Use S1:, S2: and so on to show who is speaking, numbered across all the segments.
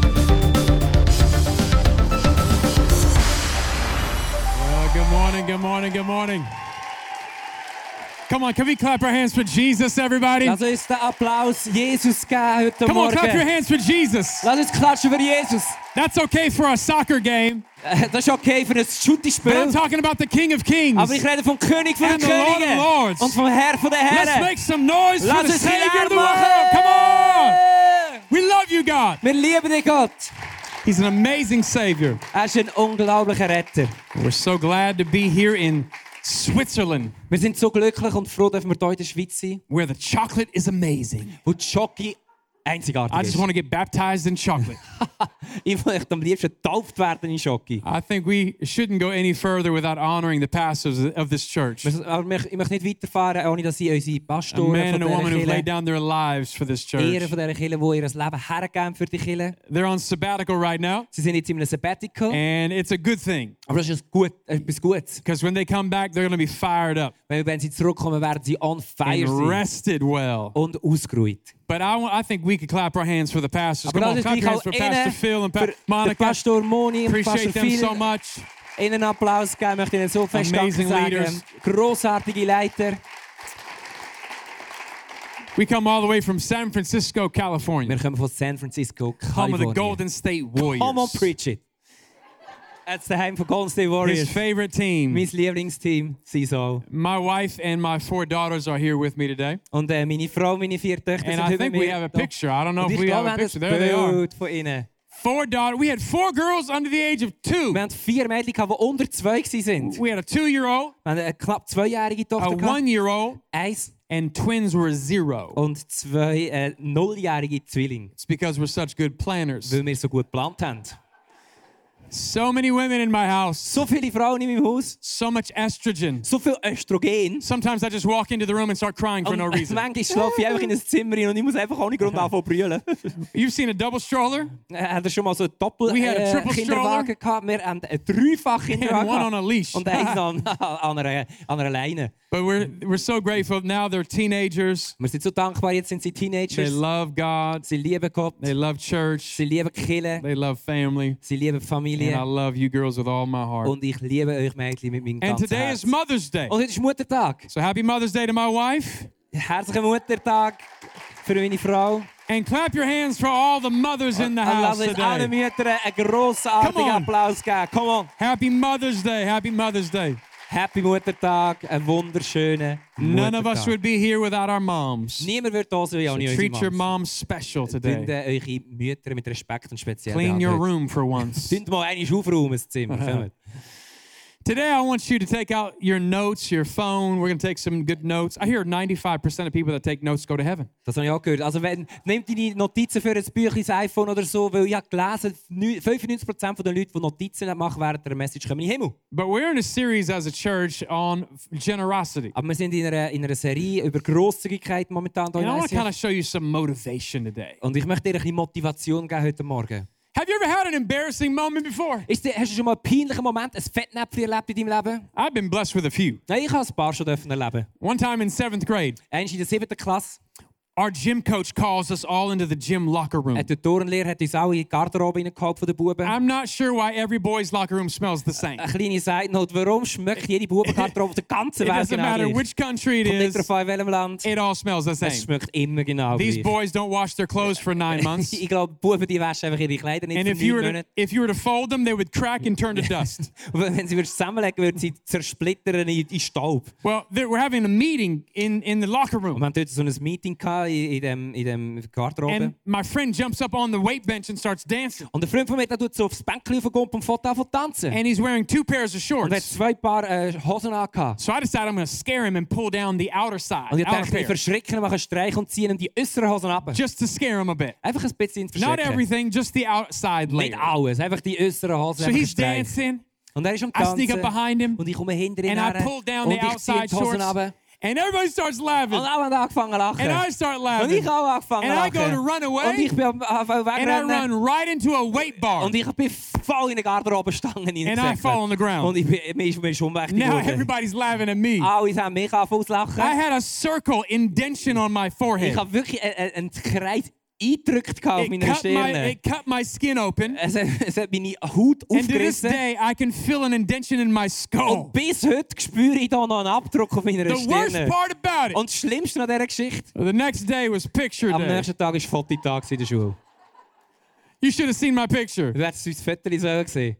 S1: Well, Uh, good morning, good morning, good morning. Come on, can we clap our hands for Jesus, everybody?
S2: Lass uns den Applaus Jesus geben heute
S1: Come on,
S2: Morgen.
S1: clap your hands for Jesus.
S2: Lass uns klatschen für Jesus.
S1: That's okay for our soccer game,
S2: Äh, Das ist okay für ein
S1: but I'm
S2: Shooty-Spiel.
S1: talking about the King of Kings.
S2: Aber ich rede vom König von den
S1: And the Lord of
S2: Königen
S1: Lords.
S2: und vom Herr von den
S1: Let's
S2: Herren.
S1: make some noise for
S2: Lass
S1: the
S2: uns
S1: Savior
S2: Lärm
S1: of the
S2: machen.
S1: world. Come on. We love you, God.
S2: Wir lieben dich, Gott.
S1: He's an amazing Savior.
S2: Er ist ein unglaublicher Retter.
S1: We're so glad to be here in Switzerland,
S2: Wir sind so glücklich und froh, dass wir hier in der Schweiz sind,
S1: where the chocolate is amazing.
S2: wo die Schocke einzigartig
S1: I just
S2: ist.
S1: want to get baptized in chocolate.
S2: Ich möchte am liebsten getauft werden in Schocke.
S1: I think we shouldn't go any further without honoring the pastors of this church.
S2: Wir- Aber wir- ich möchte nicht weiterfahren, ohne dass ich unsere
S1: a
S2: Pastoren
S1: man
S2: von
S1: and a
S2: dieser
S1: woman who've
S2: Kirche
S1: laid down their lives for this
S2: Ehren
S1: church.
S2: von dieser Kirche, die ihr Leben hergeben für die Kirche.
S1: They're on sabbatical right now,
S2: Sie sind jetzt in einem Sabbatical.
S1: and it's a good thing
S2: Aber das ist gut, etwas Gutes.
S1: because when they come back, they're going to be fired up
S2: Weil wenn sie zurückkommen, werden sie on
S1: and
S2: fire sein
S1: rested well.
S2: und ausgeruht.
S1: But I, want- I think we could clap our hands for the pastors.
S2: Aber
S1: Come
S2: das
S1: on,
S2: ist
S1: clap
S2: gleich
S1: your hands
S2: auch
S1: for Pastor
S2: innen
S1: Phil and
S2: für
S1: pa-
S2: den
S1: Monica.
S2: Pastor Moni und Pastor
S1: Appreciate them
S2: Phil.
S1: so much.
S2: Ihnen einen Applaus geben, möchte Ihnen so fest Danke
S1: Amazing
S2: sagen.
S1: leaders.
S2: Grossartige Leiter.
S1: We come all the way from San Francisco,
S2: Wir
S1: California,
S2: kommen von San Francisco,
S1: home of the
S2: Kalifornien.
S1: Golden State
S2: Come on,
S1: Warriors.
S2: preach it. Es ist Heim von Golden State
S1: His
S2: Warriors.
S1: favorite
S2: Mein
S1: team.
S2: Lieblingsteam, sie so.
S1: My wife and my four daughters are here with me today.
S2: Und äh, meine Frau, meine vier Töchter
S1: And
S2: sind
S1: I
S2: heute
S1: think
S2: mit
S1: we
S2: mir
S1: have a
S2: da.
S1: picture. I don't know
S2: Und
S1: if
S2: ich
S1: we have
S2: glaube,
S1: a
S2: wir haben
S1: picture.
S2: ein
S1: There they are.
S2: Bild von ihnen.
S1: Four daughters. We had four girls under the age of two.
S2: Wir hatten vier Mädchen, gehabt, die unter zwei waren. Wir
S1: We had a two-year-old,
S2: hatten eine knapp zweijährige
S1: a
S2: Tochter, gehabt,
S1: one-year-old,
S2: eins
S1: and twins were zero.
S2: und zwei äh, nulljährige Zwillinge,
S1: It's because we're such good planners.
S2: weil wir so gut geplant haben.
S1: So many women in my house,
S2: So viele Frauen in meinem Haus,
S1: so much estrogen.
S2: so viel Östrogen.
S1: Sometimes I just walk into the room and start crying for
S2: Und
S1: no reason.
S2: manchmal schlafe ich einfach in ein Zimmer rein und ich muss einfach ohne Grund anfangen zu brüllen.
S1: You've seen a double stroller
S2: Äh, Hat Eh, er schon mal so einen
S1: We had a
S2: eh,
S1: triple
S2: Doppel-Kinderwagen gehabt? Wir haben einen dreifach
S1: and
S2: Kinderwagen
S1: one on a
S2: gehabt.
S1: leash.
S2: und eins an, an, einer, an einer Leine.
S1: But we're, we're so grateful. Now they're teenagers.
S2: Wir sind so dankbar, jetzt sind sie
S1: They
S2: Teenagers.
S1: love God.
S2: Sie lieben Gott,
S1: They love church.
S2: sie lieben Kille,
S1: They love family.
S2: sie lieben
S1: And
S2: Familie.
S1: I love you girls with all my heart.
S2: Und ich liebe euch Mädchen mit meinem
S1: And
S2: ganzen
S1: today
S2: Herz.
S1: is Mother's Day.
S2: Und heute ist Muttertag.
S1: So happy Mother's Day to my wife.
S2: Herzlichen Muttertag für meine Frau.
S1: And clap your hands for all the mothers in the
S2: Und
S1: house
S2: lass uns allen
S1: Ah, today.
S2: Müttern einen
S1: Come
S2: grossartigen
S1: on.
S2: Applaus geben. Come on.
S1: Happy Mother's Day. Happy Mother's Day.
S2: Happy Muttertag, einen wunderschönen
S1: None of us
S2: Muttertag.
S1: would be here without our moms.
S2: Niemand wird da sein, ja, nicht unsere
S1: Treat your
S2: Mamas.
S1: mom special
S2: Dünnt
S1: today.
S2: äh, eure Mütter mit Respekt und speziell
S1: Clean your
S2: behandelt.
S1: room Uh-huh. for once.
S2: Dünnt mal einmal aufräumen, das Zimmer. kommt.
S1: Today, I want you to take out your notes, your phone. We're going to take some good notes. I hear 95% of people that take notes go to heaven.
S2: Das habe ich auch gehört. Also wenn, nimm deine Notizen für ein Büchlein, das iPhone oder so, weil ich habe gelesen, nü- 95% der Leute, die Notizen machen während der Message, kommen in den Himmel.
S1: But we're in a series as a church on f- generosity.
S2: Aber wir sind in einer, in einer Serie über Grosszügigkeit momentan hier
S1: And I want to kind
S2: in ICF.
S1: of show you some motivation today.
S2: Und ich möchte dir ein bisschen Motivation geben heute Morgen.
S1: Have you ever had an embarrassing moment before?
S2: Ist dir, hast du schon mal einen peinlichen Moment, ein Fettnäpfchen erlebt in deinem Leben?
S1: I've been blessed with a few.
S2: Nein, ich habe ein paar schon dürfen erleben.
S1: One time in seventh grade,
S2: Eins in der siebten Klasse,
S1: our gym coach calls us all into the gym locker room.
S2: hat der Turnlehrer hat uns alle in die Garderobe reingeholt von den Buben.
S1: I'm not sure why every boy's locker room smells the same.
S2: Eine kleine Side Note, warum schmeckt jede Bubengarderobe auf der ganzen
S1: It
S2: Welt
S1: doesn't
S2: genau
S1: matter
S2: gleich?
S1: which country it
S2: Kommt nicht
S1: is,
S2: darauf an, in welchem Land.
S1: it all smells the
S2: Es
S1: same.
S2: schmeckt immer genau
S1: These
S2: gleich.
S1: boys don't wash their clothes for nine months.
S2: Ich glaube, die Buben, die waschen einfach ihre Kleider nicht
S1: And
S2: für
S1: if you,
S2: neun
S1: were to,
S2: Monate.
S1: if you were to fold them, they would crack and turn to dust.
S2: Und wenn sie würdest zusammenlegen würden, sie zersplittern in, in Staub.
S1: Well, they we're having a meeting in, in the locker
S2: Und
S1: room.
S2: wir hatten dort so ein Meeting, gehabt, ja, in, in, dem, in dem Garderobe.
S1: And my friend jumps up on the weight bench and starts dancing.
S2: und der Freund von mir der tut so aufs Bänkchen raufkommt und fährt an zu tanzen.
S1: And he's wearing two pairs of
S2: und er hat
S1: shorts.
S2: zwei Paar äh, Hosen angehabt.
S1: So I decide I'm going to scare him and pull down the outer side,
S2: Und ich
S1: outer
S2: dachte, ich
S1: pair,
S2: verschrecke ihn, mache einen Streich und ziehe ihm die äußeren Hosen ab.
S1: just to scare him a bit.
S2: Einfach ein bisschen
S1: Not
S2: verschrecken.
S1: everything, just the outside
S2: Nicht
S1: layer.
S2: alles, einfach die äußeren Hosen.
S1: So
S2: einfach ein
S1: he's
S2: Streich.
S1: dancing,
S2: Und er ist am
S1: I sneak
S2: Tanzen.
S1: up behind him,
S2: und ich komme hinter ihn
S1: and I
S2: her.
S1: pull down
S2: Und
S1: the
S2: ich ziehe
S1: outside
S2: eh, die Hosen
S1: shorts,
S2: runter.
S1: and everybody starts laughing.
S2: Und alle haben angefangen zu lachen.
S1: And I start
S2: und
S1: laughing.
S2: ich habe angefangen zu
S1: And I
S2: lachen.
S1: go to run away.
S2: Und ich bin am- am
S1: And I
S2: wegrennen.
S1: run right into a weight bar.
S2: Und ich bin voll in den Garderobenstangen
S1: And I fall on the ground.
S2: Und ich bin, mir ist mir schon weg
S1: Now
S2: geworden.
S1: everybody's laughing at me.
S2: Alle haben mich angefangen zu
S1: I
S2: lachen.
S1: had a circle indention on my
S2: Ich
S1: forehead.
S2: habe wirklich einen- einen einen Kreis eingedrückt gehabt auf
S1: It
S2: meiner
S1: cut, my,
S2: Stirn.
S1: it cut my skin open.
S2: Es hat, es hat meine Haut
S1: And to this
S2: aufgerissen.
S1: day, I can feel an indention in my
S2: Und
S1: skull.
S2: bis heute spüre ich da noch einen Abdruck auf meiner
S1: Oh. The worst
S2: Stirn.
S1: part about it,
S2: Und das Schlimmste an dieser Geschichte,
S1: the next day was picture
S2: am
S1: day.
S2: nächsten Tag war Fototag in der Schule.
S1: You should have seen my picture
S2: Du hättest uns Fotos sollen sehen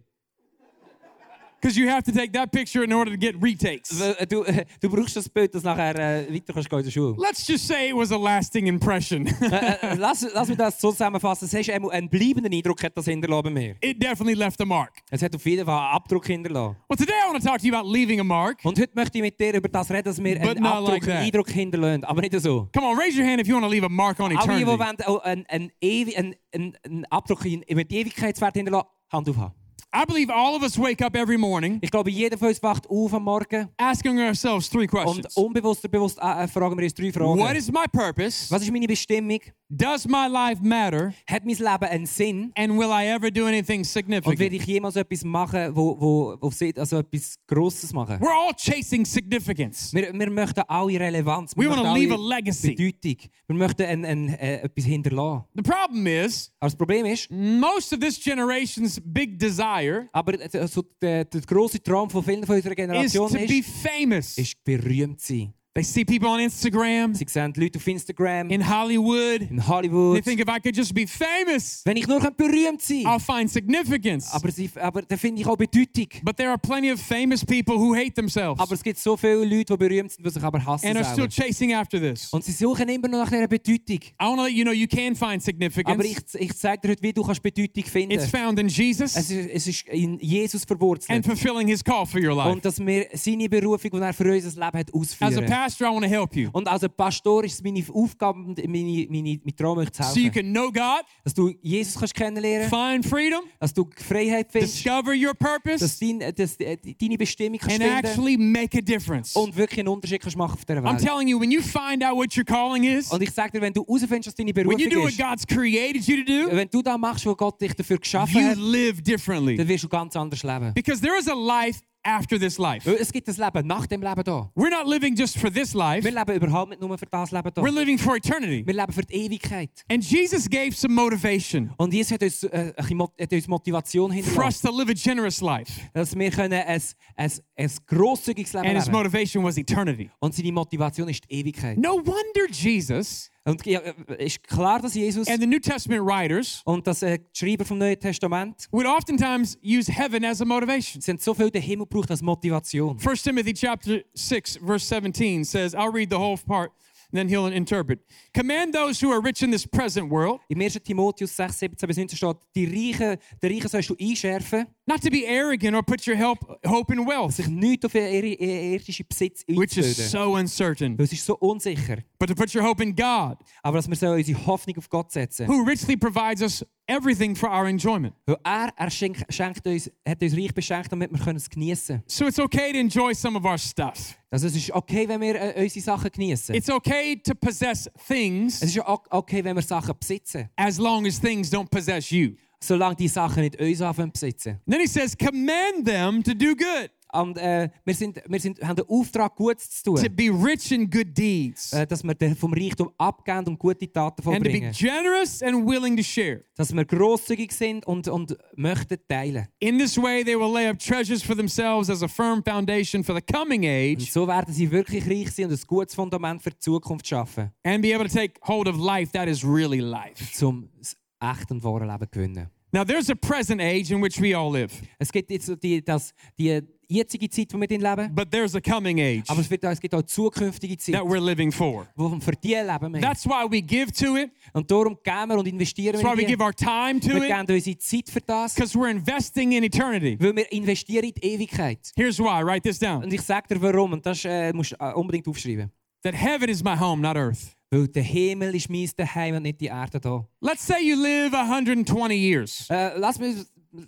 S1: because you have to take that picture in order to get retakes.
S2: sollen. Du, äh, du brauchst das Bild, das nachher äh, weiter kannst gehen in der Schule.
S1: Let's just say it was a lasting impression.
S2: Äh, äh, lass, lass mich das so zusammenfassen. Es ist einmal ein bleibender Eindruck, hat das hinterlassen bei mir.
S1: it definitely left a mark.
S2: Es hat auf jeden Fall einen Abdruck hinterlassen.
S1: Well, today I want to talk to you about leaving a mark.
S2: Und heute möchte ich mit dir über das reden, dass wir
S1: But
S2: einen
S1: not
S2: Abdruck,
S1: like that.
S2: einen Eindruck hinterlassen. Aber nicht so.
S1: Come on, raise your hand if you want to leave a mark on
S2: Alle, die
S1: eternity.
S2: wollen auch einen, einen, Ewi- einen, einen, einen Abdruck in, mit Ewigkeitswert hinterlassen, Hand aufhaben.
S1: I believe all of us wake up every morning
S2: Ich glaube, jeder von uns wacht auf am Morgen
S1: asking ourselves three questions.
S2: und unbewusst oder bewusst äh, äh, fragen wir uns drei
S1: What
S2: Fragen.
S1: is my purpose?
S2: Was ist meine Bestimmung?
S1: Does my life matter?
S2: Hat mein Leben einen Sinn?
S1: And will I ever do anything
S2: Und werde
S1: significant?
S2: ich jemals etwas machen, wo, wo, wo sie- also etwas Grosses machen?
S1: We're all chasing significance.
S2: Wir, wir möchten alle Relevanz,
S1: We
S2: wir
S1: want
S2: möchten
S1: to leave a
S2: alle
S1: legacy.
S2: Bedeutung, wir möchten ein, ein, äh, etwas hinterlassen.
S1: The problem is,
S2: Aber das Problem ist,
S1: Mhm. most of this generation's big desire
S2: aber äh, also der, der grosse Traum von vielen von unserer
S1: is
S2: Generation
S1: to be
S2: ist,
S1: famous.
S2: ist berühmt zu sein.
S1: They see people on Instagram,
S2: Sie sehen die Leute auf Instagram,
S1: in Hollywood.
S2: in
S1: They
S2: Hollywood.
S1: think if I could just be famous,
S2: Wenn ich nur könnte berühmt sein
S1: I'll find significance.
S2: aber, sie, aber dann finde ich auch Bedeutung.
S1: But there are plenty of famous people who hate themselves
S2: Aber es gibt so viele Leute, die berühmt sind, die sich aber hassen
S1: and are still
S2: selber.
S1: chasing after this.
S2: Und sie suchen immer noch nach dieser Bedeutung.
S1: I want to let you know you can find
S2: Aber
S1: significance.
S2: ich, ich zeige dir heute, wie du kannst Bedeutung finden
S1: It's found in
S2: Es
S1: Jesus
S2: ist, es ist in Jesus
S1: and
S2: verwurzelt.
S1: fulfilling his call for your life.
S2: Und dass wir seine Berufung, die er für unser Leben hat,
S1: As a
S2: ausführen.
S1: pastor, I want to help you
S2: Und als ein Pastor ist es meine Aufgabe und meine, meine, mein Traum, euch zu
S1: so you
S2: helfen.
S1: can know God,
S2: Dass du Jesus kannst kennenlernen
S1: find freedom,
S2: dass du Freiheit findest,
S1: discover your
S2: dass,
S1: purpose,
S2: dein, dass äh, deine Bestimmung kannst
S1: and
S2: finden
S1: actually make a difference.
S2: und wirklich einen Unterschied kannst machen auf dieser
S1: I'm
S2: Welt.
S1: telling you, when you find out what your calling is,
S2: Und ich sage dir, wenn du herausfindest, was deine
S1: when
S2: Berufung
S1: you do what
S2: ist,
S1: God's created you to do,
S2: wenn du das machst, was Gott dich dafür geschaffen
S1: you
S2: hat,
S1: live differently.
S2: dann wirst du ganz anders leben.
S1: Because there is a life after this life.
S2: Weil Es gibt ein Leben nach dem Leben da.
S1: We're not living just for this life,
S2: Wir leben überhaupt nicht nur für das Leben da.
S1: we're living for eternity.
S2: Wir leben für die Ewigkeit.
S1: And Jesus gave some motivation
S2: Und Jesus hat uns, äh, ein bisschen Mot- hat uns Motivation
S1: for
S2: hinterlassen,
S1: us to live a generous life.
S2: dass wir können ein, ein, ein grosszügiges Leben
S1: And his
S2: leben
S1: motivation was eternity.
S2: Und seine Motivation ist die Ewigkeit.
S1: No wonder Jesus
S2: Und ja, äh, ist klar, dass Jesus
S1: and the New Testament writers
S2: und dass äh, die Schreiber vom Neuen Testament
S1: would oftentimes use heaven as a motivation.
S2: sind so viel den Himmel braucht als Motivation.
S1: 1 Timothy chapter 6 verse 17 says, I'll read the whole part and then he'll interpret. Command those who are rich in this present world
S2: Im 1. Timotheus 6, 17 bis 19 steht, die Reichen, die Reichen sollst du einschärfen,
S1: not to be arrogant or put your help, hope in wealth,
S2: sich nicht auf ihren ir- ir- irdischen Besitz
S1: which
S2: einzubilden.
S1: is so uncertain,
S2: Weil es ist so unsicher.
S1: but to put your hope in God,
S2: Aber dass wir sollen unsere Hoffnung auf Gott setzen.
S1: who richly provides us everything for our enjoyment.
S2: Weil er, er schenkt, schenkt uns, hat uns reich beschenkt, damit wir können es geniessen können.
S1: So it's okay to enjoy some of our stuff.
S2: Also es ist okay, wenn wir äh, unsere Sachen geniessen.
S1: It's okay to possess
S2: es
S1: things
S2: ist o- okay, wenn wir Sachen besitzen.
S1: as long as things don't possess you.
S2: Solange die Sachen nicht uns anfangen zu besitzen.
S1: And then he says, command them to do good,
S2: Und äh, wir, sind, wir sind, haben den Auftrag, Gutes zu
S1: to
S2: tun.
S1: be rich in good deeds,
S2: Äh, dass wir den- vom Reichtum abgeben und gute Taten
S1: and to be
S2: vollbringen.
S1: generous and willing to share.
S2: Dass wir grosszügig sind und, und möchten teilen.
S1: In this way, they will lay up treasures for themselves as a firm foundation for the coming
S2: Und
S1: age
S2: so werden sie wirklich reich sein und ein gutes Fundament für die Zukunft schaffen,
S1: and be able to take hold of life that is really life.
S2: um das echte und wahre Leben zu gewinnen.
S1: Now, there's a present age in which we all live.
S2: Es gibt jetzt so die, das, die jetzige Zeit, wo wir drin leben.
S1: but there's a coming age
S2: Aber es, wird, auch- es gibt auch zukünftige Zeit,
S1: that we're living for.
S2: wo wir für die leben müssen.
S1: That's why we give to it.
S2: Und darum geben wir und investieren
S1: That's why
S2: wir
S1: we
S2: in die.
S1: give our time
S2: Wir
S1: to it
S2: geben unsere Zeit für das,
S1: because we're investing in eternity.
S2: weil wir investieren in die Ewigkeit.
S1: Here's why. Write this down.
S2: Und ich sage dir warum, und das äh, musst du äh, unbedingt aufschreiben.
S1: That heaven is my home, not earth.
S2: Weil der Himmel ist mein Daheim und nicht die Erde da.
S1: Let's say you live 120 years.
S2: Äh, lass mir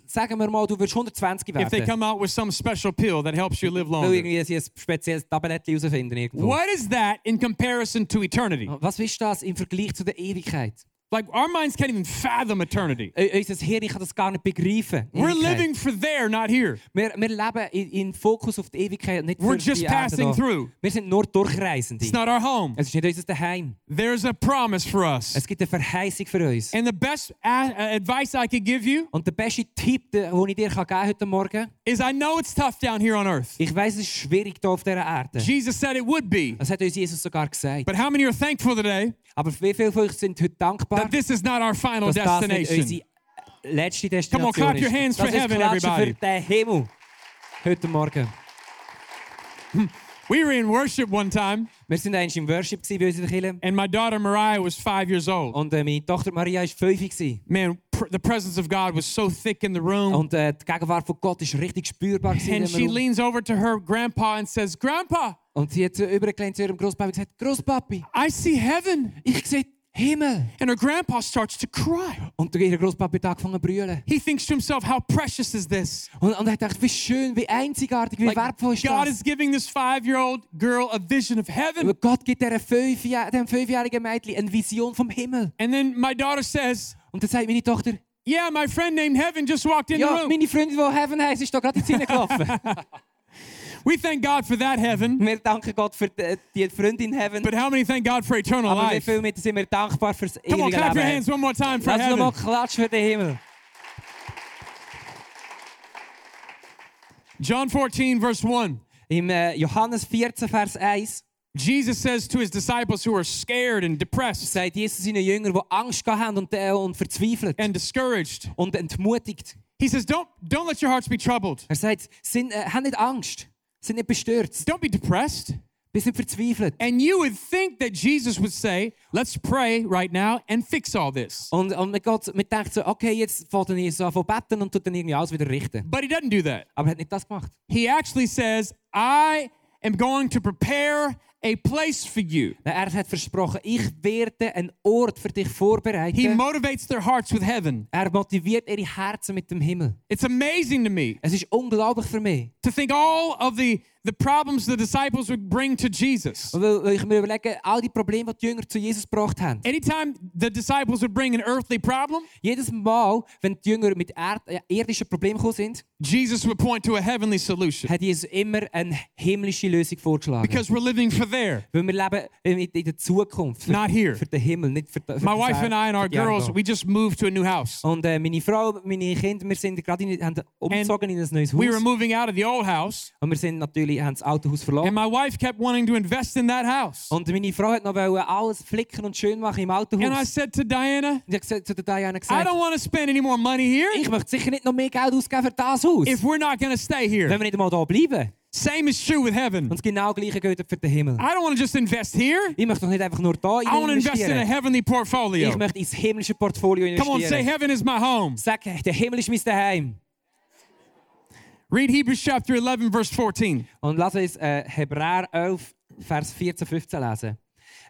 S2: sagen wir mal, du wirst 120
S1: If they
S2: werden.
S1: come out with some special pill that helps you live
S2: Weil
S1: longer,
S2: irgendwie sie ein spezielles Tablett herausfinden irgendwo.
S1: what is that in comparison to eternity?
S2: Was ist das im Vergleich zu der Ewigkeit?
S1: Like our minds can't even fathom eternity.
S2: Ö- Unser Hirn kann das gar nicht begreifen.
S1: We're
S2: Ewigkeit.
S1: living for there, not here.
S2: wir, wir leben in, in Fokus auf die Ewigkeit und nicht
S1: We're
S2: für
S1: just
S2: die Erde
S1: passing
S2: da.
S1: through.
S2: Wir sind nur Durchreisende.
S1: It's not our home.
S2: Es ist nicht unser Daheim.
S1: There's a promise for us.
S2: Es gibt eine Verheißung für uns.
S1: And the best a- uh, advice I could give you
S2: Und der beste Tipp, den den ich dir geben kann heute Morgen
S1: is I know it's tough down here on earth.
S2: ich weiß, es ist schwierig hier auf dieser Erde.
S1: Jesus said it would be.
S2: Das hat uns Jesus sogar gesagt.
S1: But how many are thankful today
S2: Aber wie viele von euch sind heute dankbar,
S1: that this is not our final
S2: dass das nicht
S1: destination?
S2: unsere letzte
S1: Come on,
S2: Destination
S1: clap your
S2: ist.
S1: hands for
S2: das ist
S1: heaven,
S2: Klatschen
S1: everybody.
S2: für den Himmel heute Morgen.
S1: We were in worship one time,
S2: Wir sind eigentlich im Worship gewesen bei uns in der Kirche.
S1: and my daughter Mariah was five years old.
S2: Und äh, meine Tochter Maria war fünf. gewesen.
S1: Man, pr- the presence of God was so thick in the room.
S2: Und äh, die Gegenwart von Gott war richtig spürbar. gewesen in
S1: And
S2: dem
S1: she
S2: Raum.
S1: leans over to her grandpa and says, Grandpa,
S2: Und sie hat äh, übergelehnt zu ihrem Grosspapi und gesagt, Grosspapi,
S1: I see heaven.
S2: ich sehe den Himmel.
S1: And her grandpa starts to cry.
S2: Und ihr Grosspapi hat angefangen zu brüllen.
S1: He thinks to himself, How precious is this?
S2: Und, und er hat gedacht, wie schön, wie einzigartig, wie
S1: Like,
S2: wertvoll ist
S1: God
S2: das.
S1: is giving this five year old girl a vision of
S2: Aber
S1: heaven.
S2: Gott gibt dieser Fünfjähr- dem fünfjährigen Mädchen eine Vision vom Himmel.
S1: And then my daughter says,
S2: Und dann sagt meine Tochter,
S1: Yeah, my friend named Heaven just walked in the
S2: ja,
S1: room.
S2: meine Freundin, die Heaven heisst, ist da gerade jetzt hineingelaufen.
S1: we thank God for that heaven.
S2: wir danken Gott für die, die Freundin Heaven.
S1: But how many thank God for eternal
S2: Aber wie
S1: life?
S2: viel mit sind wir dankbar fürs
S1: Come
S2: ewige
S1: on, clap your hands
S2: Leben.
S1: one more time for
S2: Lass uns nochmal
S1: heaven.
S2: klatschen für den Himmel.
S1: John 14, verse 1.
S2: Im äh, Johannes 14, Vers 1
S1: Jesus says to his disciples who are scared and depressed
S2: sagt Jesus seinen Jüngern, die Angst gehabt haben und, äh, und verzweifelt
S1: and discouraged,
S2: und entmutigt.
S1: he says, Don't, don't let your hearts be troubled.
S2: Er sagt, sind, äh, haben nicht Angst, sind nicht bestürzt,
S1: Don't be depressed.
S2: wir sind verzweifelt.
S1: And you would think that Jesus would say, Let's pray right now and fix all this.
S2: Und, und man, geht, man denkt so, okay, jetzt fängt er Jesus an zu beten und tut dann irgendwie alles wieder richten.
S1: But he doesn't do that.
S2: Aber er hat nicht das gemacht.
S1: He actually says, I am going to prepare a place for you.
S2: Nein, Äh, Er hat versprochen, ich werde einen Ort für dich
S1: He
S2: vorbereiten.
S1: motivates their hearts with heaven.
S2: Er motiviert ihre Herzen mit dem Himmel.
S1: It's amazing to me
S2: Es ist unglaublich für mich.
S1: to think all of the, the problems the disciples would bring to Jesus.
S2: Und Weil weil ich mir überlege, all die Probleme, die die Jünger zu Jesus gebracht haben.
S1: Anytime the disciples would bring an earthly problem,
S2: Jedes Mal, wenn die Jünger mit Erd äh, irdischen Problemen gekommen sind,
S1: Jesus would point to a heavenly solution
S2: hat Jesus immer eine himmlische Lösung vorgeschlagen.
S1: because we're living for there,
S2: Weil wir leben in, in der Zukunft. Für,
S1: not here.
S2: für den Himmel, nicht für, die- für
S1: My
S2: das
S1: wife and
S2: Erd-
S1: I and
S2: für
S1: our
S2: die Erde
S1: girls,
S2: hier.
S1: we just moved to a new house.
S2: Und äh, meine Frau, meine Kinder, wir sind gerade in, haben umgezogen in ein neues Haus.
S1: We were moving out of the old house,
S2: und wir sind natürlich, haben das Autohaus
S1: and
S2: verloren.
S1: my wife kept wanting to invest in that house.
S2: Und meine Frau hat noch wollen, alles flicken und schön machen im Autohaus.
S1: And I said to Diana,
S2: und ich habe zu der Diana
S1: I
S2: gesagt,
S1: don't want to spend any more money here
S2: ich möchte sicher nicht noch mehr Geld ausgeben für das Haus,
S1: if we're not going to stay
S2: wenn
S1: here.
S2: wir nicht mal hier bleiben.
S1: Same is true with heaven.
S2: Und das genau gleiche gilt für den Himmel.
S1: I don't want to just invest here,
S2: Ich möchte doch nicht einfach nur da
S1: I want to invest in a
S2: investieren.
S1: heavenly portfolio.
S2: Ich möchte ins himmlische Portfolio
S1: Come on, say
S2: investieren.
S1: heaven is my home.
S2: Sag, der Himmel ist mein Daheim.
S1: Read Hebrews chapter 11, verse 14.
S2: Und lass uns äh, Hebräer 11, Vers 14, 15 lesen.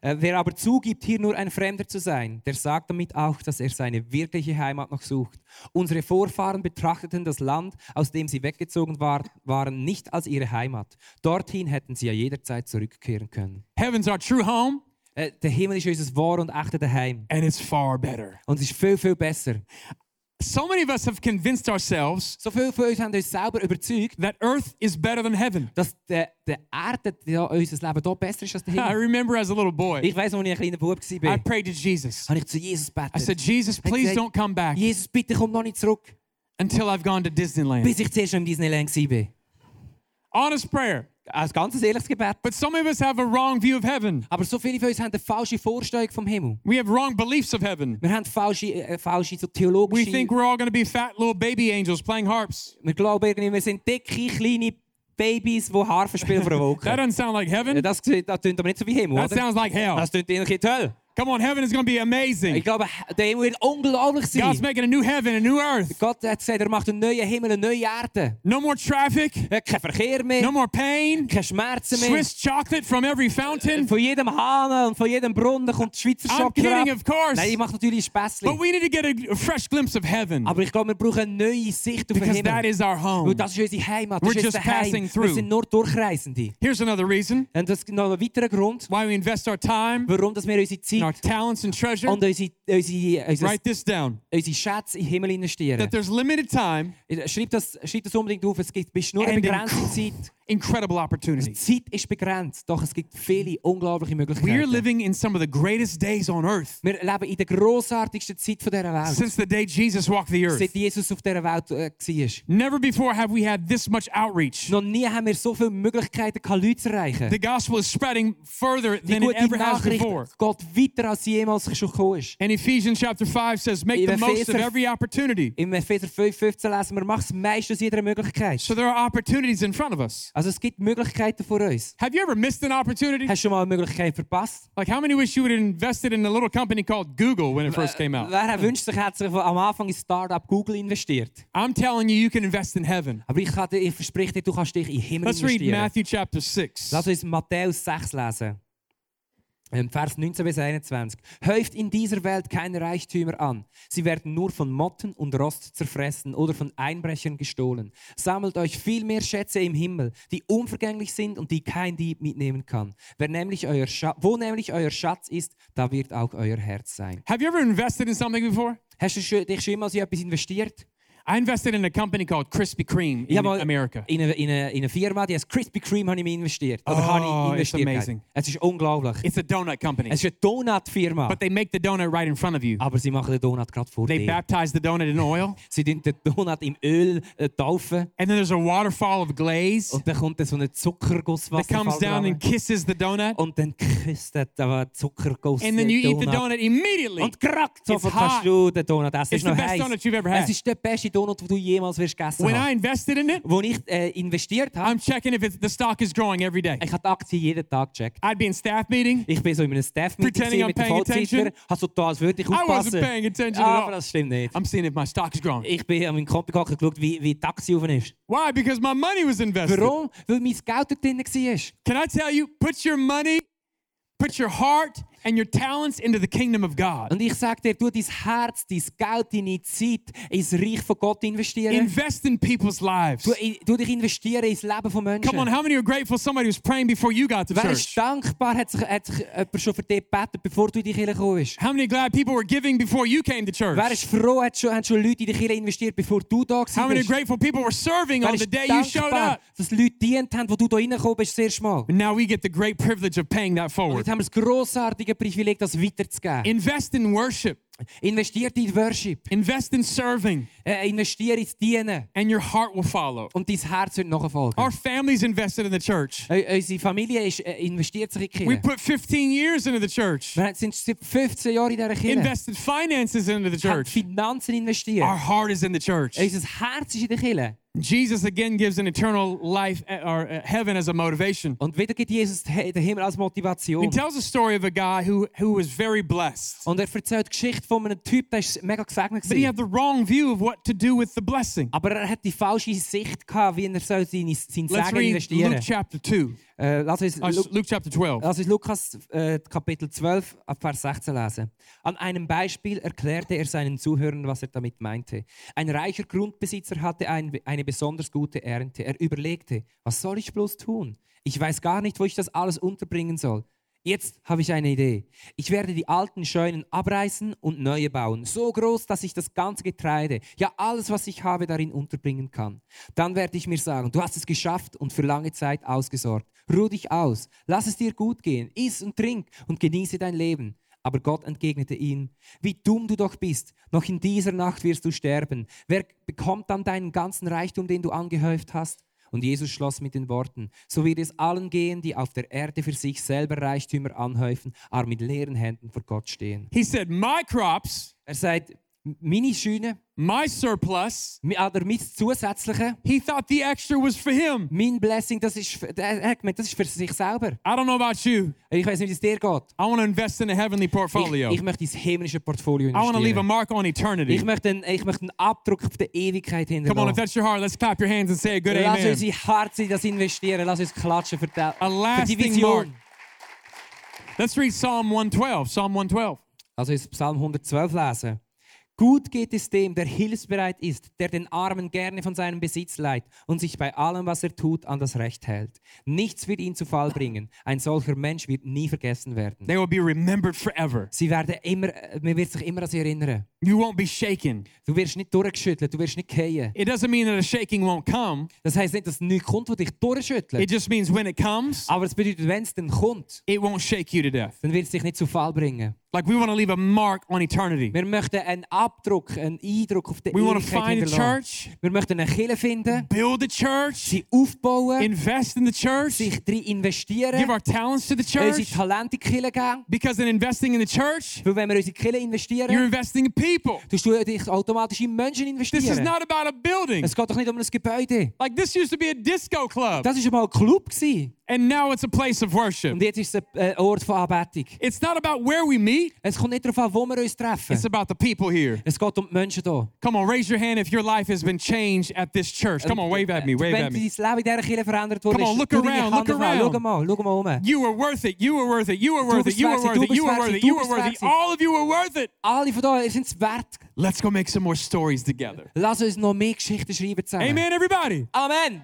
S2: Äh, wer aber zugibt, hier nur ein Fremder zu sein, der sagt damit auch, dass er seine wirkliche Heimat noch sucht. Unsere Vorfahren betrachteten das Land, aus dem sie weggezogen war, waren, nicht als ihre Heimat. Dorthin hätten sie ja jederzeit zurückkehren können.
S1: Heaven's our true home,
S2: Äh, der Himmel ist unser wahr und echter Daheim.
S1: and it's far better.
S2: Und es ist viel, viel besser.
S1: So many of us have convinced ourselves
S2: So viele von uns haben uns selber überzeugt,
S1: that earth is better than heaven.
S2: dass der, der Erde, der, unser Leben hier besser ist als der
S1: I
S2: Himmel.
S1: remember as a little boy,
S2: Ich weiß, als ich ein kleiner Bub war,
S1: I
S2: bin,
S1: prayed to Jesus.
S2: habe ich zu Jesus gebetet.
S1: I said, Jesus,
S2: Hat
S1: please
S2: gesagt,
S1: don't come back
S2: Jesus, bitte komm noch nicht zurück,
S1: until I've gone to Disneyland.
S2: bis ich zuerst im Disneyland war.
S1: Honest prayer.
S2: Ein ganz ehrliches Gebet.
S1: But so many of us have a wrong view of heaven.
S2: Aber so viele von uns haben eine falsche Vorstellung vom Himmel.
S1: We have wrong beliefs of heaven.
S2: Wir haben falsche, äh, falsche so
S1: We
S2: theologische...
S1: think we're all going to be fat little baby angels playing harps.
S2: wir glauben irgendwie, wir sind dicke, kleine Babys, die Harfe spielen vor einer
S1: That
S2: Wolke.
S1: doesn't sound like
S2: Ja,
S1: heaven.
S2: das, klingt- das klingt aber nicht so wie Himmel,
S1: That
S2: oder?
S1: sounds like hell.
S2: Das klingt irgendwie die Hölle.
S1: Come on, heaven is going to be
S2: Ich
S1: amazing.
S2: glaube, der wird unglaublich
S1: God's
S2: sein.
S1: making a new heaven, a new earth.
S2: Gott hat gesagt, er macht einen neuen Himmel, eine neue Erde.
S1: No more traffic,
S2: Er hat Kein Verkehr mehr,
S1: no more pain.
S2: keine Schmerzen mehr.
S1: Swiss chocolate from every fountain.
S2: Von jedem Hahn und von jedem Brunnen kommt die Schweizer
S1: I'm
S2: Schokolade.
S1: Ah, kidding, of course.
S2: Nein, ich mache natürlich
S1: But
S2: Späßchen.
S1: we need to get a, a fresh glimpse of heaven
S2: Aber ich glaube, wir brauchen eine neue Sicht auf den
S1: because that
S2: Himmel.
S1: is our home.
S2: Weil das ist unsere Heimat,
S1: We're
S2: das ist
S1: just
S2: unser Heim.
S1: passing
S2: Wir
S1: through.
S2: sind nur Durchreisende.
S1: Here's another reason
S2: Und das ist noch ein weiterer Grund,
S1: why we invest our time,
S2: warum dass wir unsere
S1: and our
S2: Zeit
S1: talents, and treasure.
S2: und unsere, unsere, unsere,
S1: Write this down
S2: unsere Schätze in den Himmel investieren. Äh,
S1: that there's limited time,
S2: Schreib das, schreib das unbedingt auf, es gibt bist nur eine
S1: And
S2: begrenzte Zeit.
S1: incredible opportunity.
S2: Zeit ist begrenzt, doch es gibt viele unglaubliche
S1: We're
S2: Möglichkeiten.
S1: living in some of the greatest days on earth
S2: Wir leben in der grossartigsten Zeit von dieser Welt,
S1: since the day Jesus walked the earth.
S2: seit Jesus auf dieser Welt äh, war.
S1: Never before have we had this much outreach.
S2: Noch nie haben wir so viele Möglichkeiten, gehabt, Leute zu erreichen.
S1: The gospel is spreading further
S2: Die
S1: than it
S2: gute
S1: ever has
S2: Nachricht
S1: before.
S2: geht weiter, als sie jemals schon gekommen ist.
S1: And Ephesians chapter 5 says, make
S2: In
S1: the most of
S2: Epheser-
S1: every opportunity.
S2: Im Epheser 5,15 lesen wir, mach das meiste aus jeder Möglichkeit.
S1: So there are opportunities in front of us.
S2: Also es gibt Möglichkeiten vor uns.
S1: Have you ever missed an opportunity?
S2: Hast du schon mal eine Möglichkeit verpasst?
S1: Like, how many wish you would have invested in a little company called Google when it first came out?
S2: Wer wünscht sich, hat sich am Anfang in Startup Google investiert.
S1: I'm telling you, you can invest in heaven.
S2: Aber ich, kann dir, ich verspreche dir, du kannst dich in den Himmel
S1: Let's read
S2: investieren.
S1: Matthew chapter 6.
S2: Lass uns Matthäus 6 lesen. Ähm, Vers 19 bis 21. Häuft in dieser Welt keine Reichtümer an. Sie werden nur von Motten und Rost zerfressen oder von Einbrechern gestohlen. Sammelt euch viel mehr Schätze im Himmel, die unvergänglich sind und die kein Dieb mitnehmen kann. Wer nämlich euer Scha wo nämlich euer Schatz ist, da wird auch euer Herz sein.
S1: Have you ever invested in something before?
S2: Hast du schon, dich schon mal in etwas investiert?
S1: I invested in a company called Krispy Kreme in America.
S2: in eine, in, eine, in eine Firma, die heißt Krispy Kreme, habe ich mich investiert. Oder
S1: Oh,
S2: habe ich
S1: it's
S2: investiert.
S1: amazing.
S2: Es ist unglaublich.
S1: It's Oh, a donut company,
S2: Es ist eine Donut-Firma.
S1: but they make the donut right in front of you.
S2: Aber sie machen den Donut gerade vor
S1: They
S2: dir.
S1: baptize the donut in oil,
S2: Sie tun den Donut im Öl äh, taufen
S1: and then there's a waterfall of glaze
S2: und dann kommt dann so ein
S1: that
S2: Zuckergusswasser
S1: comes down and kisses the donut,
S2: und dann küsst er den Zuckerguss
S1: and then
S2: den
S1: you eat the donut Oh, immediately.
S2: Und gerade sofort
S1: hot.
S2: kannst du den Donut essen. Es
S1: It's
S2: ist
S1: the
S2: noch
S1: best
S2: heiß.
S1: donut you've ever had.
S2: Es ist der beste Donut, den du jemals wirst gegessen
S1: When I
S2: hast.
S1: invested in it,
S2: Wo ich äh, investiert habe,
S1: I'm checking if it's, the stock is growing every day.
S2: ich habe die Aktie jeden Tag gecheckt.
S1: I'd be in staff meeting.
S2: Ich bin so in einem Staff-Meeting
S1: Pretending
S2: gewesen mit
S1: I'm
S2: den
S1: paying
S2: Vollzeitler,
S1: attention.
S2: habe so da, als würde ich
S1: wasn't
S2: aufpassen.
S1: paying attention at
S2: Ah,
S1: all.
S2: aber das stimmt nicht.
S1: I'm seeing if my stock is growing.
S2: Ich bin an meinem Konto gehockt und geschaut, wie, wie die Aktie oben ist.
S1: Why? Because my money was invested.
S2: Warum? Weil mein Geld dort drin war.
S1: Can I tell you, put your money, put your heart, and your talents into the kingdom of God.
S2: Und ich sage dir, tu dein Herz, dein Geld, deine Zeit ins Reich von Gott investieren.
S1: Invest in people's lives.
S2: Du, in, tu dich investieren ins Leben von Menschen.
S1: Come on, how many are grateful somebody was praying before you got to
S2: Wer ist
S1: church?
S2: dankbar, hat sich, hat sich jemand schon für dich gebeten, bevor du in die Kirche gekommen bist?
S1: How many glad people were giving before you came to
S2: Wer
S1: church?
S2: ist froh, hat schon, hat schon Leute in die Kirche investiert, bevor du da warst?
S1: How many
S2: Wer
S1: grateful people were serving on the
S2: ist
S1: day you showed
S2: dankbar,
S1: up?
S2: dass Leute dient haben, wo du da reingekommen bist, das erste Mal?
S1: And now we get the great privilege of paying that
S2: Jetzt
S1: forward.
S2: haben wir das grossartige Privileg, das weiterzugeben.
S1: Invest in worship,
S2: investiert in Worship.
S1: invest in serving,
S2: Äh, investiert ins Dienen.
S1: and your heart will follow.
S2: Und dein Herz wird nachfolgen.
S1: Our families invested in the church.
S2: Äh, Unsere Familie ist, äh, investiert sich in die
S1: We
S2: Kirche.
S1: put 15 years into the church,
S2: Wir haben- sind seit 15 Jahren in dieser Kirche.
S1: invested Ah, finances into the
S2: Haben
S1: church.
S2: Finanzen
S1: Our
S2: investiert.
S1: heart is in the church.
S2: Unser Herz ist in der Kirche.
S1: Jesus again gives an eternal life eh, or eh, heaven as a motivation.
S2: Und wieder gibt Jesus he- den Himmel als
S1: He
S2: Motivation.
S1: tells a story of a guy who, who was very blessed,
S2: Und er erzählt die Geschichte von einem Typ, der ist mega gesegnet
S1: but he
S2: war.
S1: had the wrong view of what to do with the blessing.
S2: Aber er hat die falsche Sicht gehabt, wie er soll seine,
S1: Let's
S2: sein Segen
S1: read Luke Ah,
S2: investieren.
S1: chapter 2,
S2: Äh, lass uns
S1: or
S2: Lu-
S1: Luke chapter 12.
S2: Lass uns Lukas äh, Kapitel 12 ab Vers 16 lesen. An einem Beispiel erklärte er seinen Zuhörern, was er damit meinte. Ein reicher Grundbesitzer hatte ein, eine besonders gute Ernte. Er überlegte, was soll ich bloß tun? Ich weiß gar nicht, wo ich das alles unterbringen soll. Jetzt habe ich eine Idee. Ich werde die alten Scheunen abreißen und neue bauen, so groß, dass ich das ganze Getreide, ja alles, was ich habe, darin unterbringen kann. Dann werde ich mir sagen, du hast es geschafft und für lange Zeit ausgesorgt. Ruh dich aus, lass es dir gut gehen, iss und trink und genieße dein Leben. Aber Gott entgegnete ihm, wie dumm du doch bist, noch in dieser Nacht wirst du sterben. Wer bekommt dann deinen ganzen Reichtum, den du angehäuft hast? Und Jesus schloss mit den Worten, so wird es allen gehen, die auf der Erde für sich selber Reichtümer anhäufen, aber mit leeren Händen vor Gott stehen.
S1: He said, My crops
S2: Er sagt, meine Scheune,
S1: my surplus,
S2: mi- oder mein Zusätzliche,
S1: he thought the extra was for him.
S2: mein Blessing, das ist, für- der- er hat gemeint, das ist für sich selber.
S1: I don't know about you.
S2: Ich weiß nicht, wie es dir geht.
S1: I want to invest in a heavenly portfolio.
S2: Ich, ich möchte ins himmlische Portfolio
S1: I want to leave a
S2: investieren.
S1: mark on eternity.
S2: Ich möchte, einen, ich möchte einen Abdruck auf der Ewigkeit
S1: Come on, if
S2: hinterlassen.
S1: that's your heart, let's clap your hands and say a good
S2: Lass uns
S1: amen.
S2: in Herz in das investieren. Lass uns klatschen für die, für die
S1: lasting
S2: Vision.
S1: mark. Let's read Psalm 112. Psalm 112.
S2: Also ist Psalm 112 lesen. Gut geht es dem, der hilfsbereit ist, der den Armen gerne von seinem Besitz leiht und sich bei allem, was er tut, an das Recht hält. Nichts wird ihn zu Fall bringen. Ein solcher Mensch wird nie vergessen werden.
S1: They will be remembered forever.
S2: Sie werden immer, äh, man wird sich immer an sie erinnern.
S1: You won't be shaken.
S2: Du wirst nicht durchgeschüttelt, du wirst nicht fallen.
S1: It doesn't mean that a shaking won't come.
S2: Das heißt nicht, dass nichts kommt, was dich
S1: It
S2: durchschüttelt.
S1: just means when it comes,
S2: Aber es bedeutet, wenn es dann kommt,
S1: it won't shake you to death.
S2: dann wird es dich nicht zu Fall bringen.
S1: Like we want to leave a mark on eternity.
S2: Wir möchten einen Abdruck, einen Eindruck auf der
S1: We want to find
S2: Ewigkeit
S1: a
S2: hinterlassen.
S1: church,
S2: Wir möchten eine Kirche finden,
S1: build a church,
S2: sie aufbauen,
S1: invest in the church,
S2: sich drin investieren,
S1: give our talents to the
S2: unsere
S1: church.
S2: Talente in die Kirche geben.
S1: Because in investing in the church,
S2: Weil wenn wir unsere Kirche
S1: you're
S2: investieren,
S1: investing in people.
S2: tust du dich automatisch in Menschen
S1: This is
S2: investieren.
S1: not about a building.
S2: Es geht doch nicht um ein Gebäude.
S1: Like this used to be a disco club,
S2: Das war mal ein Club gewesen.
S1: and now it's a place of worship.
S2: und jetzt ist es ein äh, Ort von Anbetung.
S1: It's not about where we meet,
S2: Es kommt nicht darauf an, wo wir uns treffen.
S1: it's about the people here.
S2: Es geht um die Menschen hier.
S1: Come on, raise your hand if your life has been changed at this church. Come on, wave at me, wave
S2: Wenn
S1: at
S2: dein
S1: me.
S2: Leben in dieser Kirche verändert worden
S1: Come
S2: ist,
S1: on, look
S2: tu deine
S1: around,
S2: Hand
S1: look
S2: auf an. Schau
S1: around.
S2: mal, schau mal um.
S1: You were worth it. You were worth it. You were worth it.
S2: bist
S1: You were
S2: wertig,
S1: worth
S2: du
S1: it. You
S2: bist
S1: were worth
S2: wertig,
S1: it.
S2: du
S1: You were
S2: bist
S1: worth it.
S2: wertig.
S1: All of you were worth it.
S2: Alle von hier sind es wert.
S1: Let's go make some more stories together.
S2: Lass uns noch mehr Geschichten schreiben zusammen.
S1: Amen, everybody.
S2: Amen.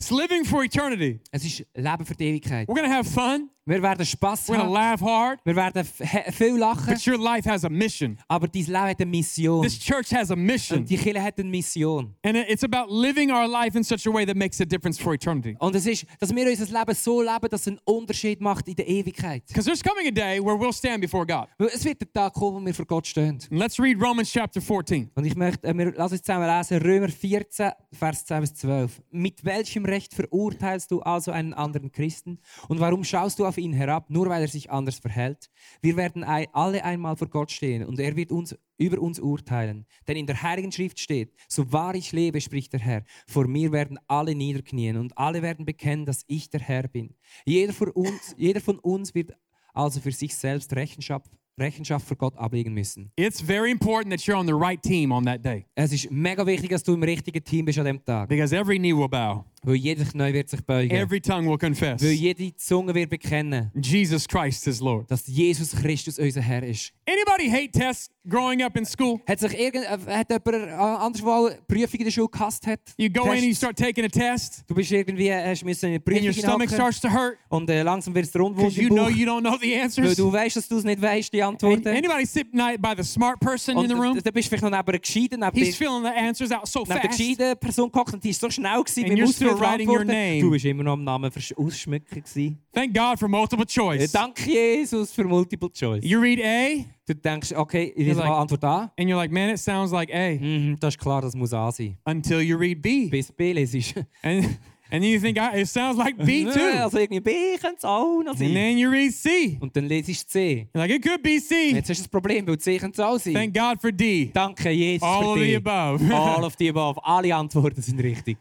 S1: It's living for eternity.
S2: Es ist Leben für die Ewigkeit.
S1: We're going to have fun.
S2: Wir werden Spass
S1: We're going to laugh
S2: haben.
S1: hard.
S2: Wir werden f- he- viel lachen,
S1: But your life has a mission.
S2: aber dein Leben hat eine Mission.
S1: This church has a mission.
S2: Die Kirche hat eine Mission.
S1: And it- it's about living our life in such a way that makes a difference for eternity.
S2: Und es ist, dass wir unser Leben so leben, dass es einen Unterschied macht in der Ewigkeit.
S1: Because there's coming a day where we'll stand before God.
S2: Weil es wird der Tag kommen, wo wir vor Gott stehen.
S1: And let's read Romans chapter 14.
S2: Und ich möchte, äh, wir, lass uns zusammen lesen, Römer 14, Vers 10 bis 12. Mit welchem Recht verurteilst du also einen anderen Christen? Und warum schaust du auf ihn herab, nur weil er sich anders verhält? Wir werden ei- alle einmal vor Gott stehen und er wird uns über uns urteilen. Denn in der Heiligen Schrift steht, so wahr ich lebe, spricht der Herr, vor mir werden alle niederknien und alle werden bekennen, dass ich der Herr bin. Jeder von uns, jeder von uns wird also für sich selbst Rechenschaft, Rechenschaft vor Gott ablegen müssen.
S1: It's very important that you're on the right team on that day
S2: Es ist mega wichtig, dass du im richtigen Team bist an diesem Tag.
S1: because every knee will bow,
S2: Weil jeder Knie wird sich beugen.
S1: every tongue will confess
S2: weil jede Zunge wird bekennen,
S1: Jesus Christ is Lord.
S2: dass Jesus Christus unser Herr ist.
S1: Anybody hate tests growing up in school?
S2: Hat sich irgend, äh, hat jemand äh, anders, der eine Prüfung in der Schule gehasst hat?
S1: You go in and you
S2: Tests.
S1: start taking a test
S2: Du bist irgendwie, hast müssen in eine
S1: and your
S2: Prüfung
S1: stomach
S2: hineinhacken
S1: starts to hurt
S2: und äh, langsam wird es rundwund
S1: because
S2: im
S1: you know
S2: Bauch,
S1: you don't know the
S2: weil
S1: answers.
S2: du weißt, dass du es nicht weißt, die
S1: And
S2: Antworten.
S1: anybody sitting ni- by the smart person in
S2: und
S1: the room?
S2: dann bist du vielleicht noch neben einer gescheiten, neben,
S1: He's
S2: der-
S1: feeling the answers out so
S2: neben der
S1: fast.
S2: gescheiten Person gehockt und die ist so schnell gewesen
S1: And
S2: beim
S1: you're still
S2: Ausfüllen der
S1: writing your
S2: Antworten.
S1: name.
S2: Du bist immer noch am Namen versch- ausschmücken gewesen.
S1: Thank God for multiple
S2: Äh,
S1: choice.
S2: Danke, Jesus, für Multiple Choice.
S1: You read A
S2: Du denkst, okay, ich lese
S1: Like-
S2: mal Antwort A.
S1: and you're like, man, it sounds like A
S2: Mhm, das ist klar, das muss A sein.
S1: until you read Mm-hmm. B.
S2: Bis B lesest.
S1: And, and then you think, I, it sounds like B
S2: Äh,
S1: too.
S2: Also irgendwie B könnte es auch noch
S1: And
S2: sein.
S1: then you read C.
S2: Und dann lesest du C.
S1: You're like, it could be C.
S2: Jetzt hast du das Problem, weil C könnte es auch sein.
S1: Thank God for D.
S2: Danke, Jesus,
S1: All of the
S2: für dich.
S1: above.
S2: All of the above. Alle Antworten sind richtig.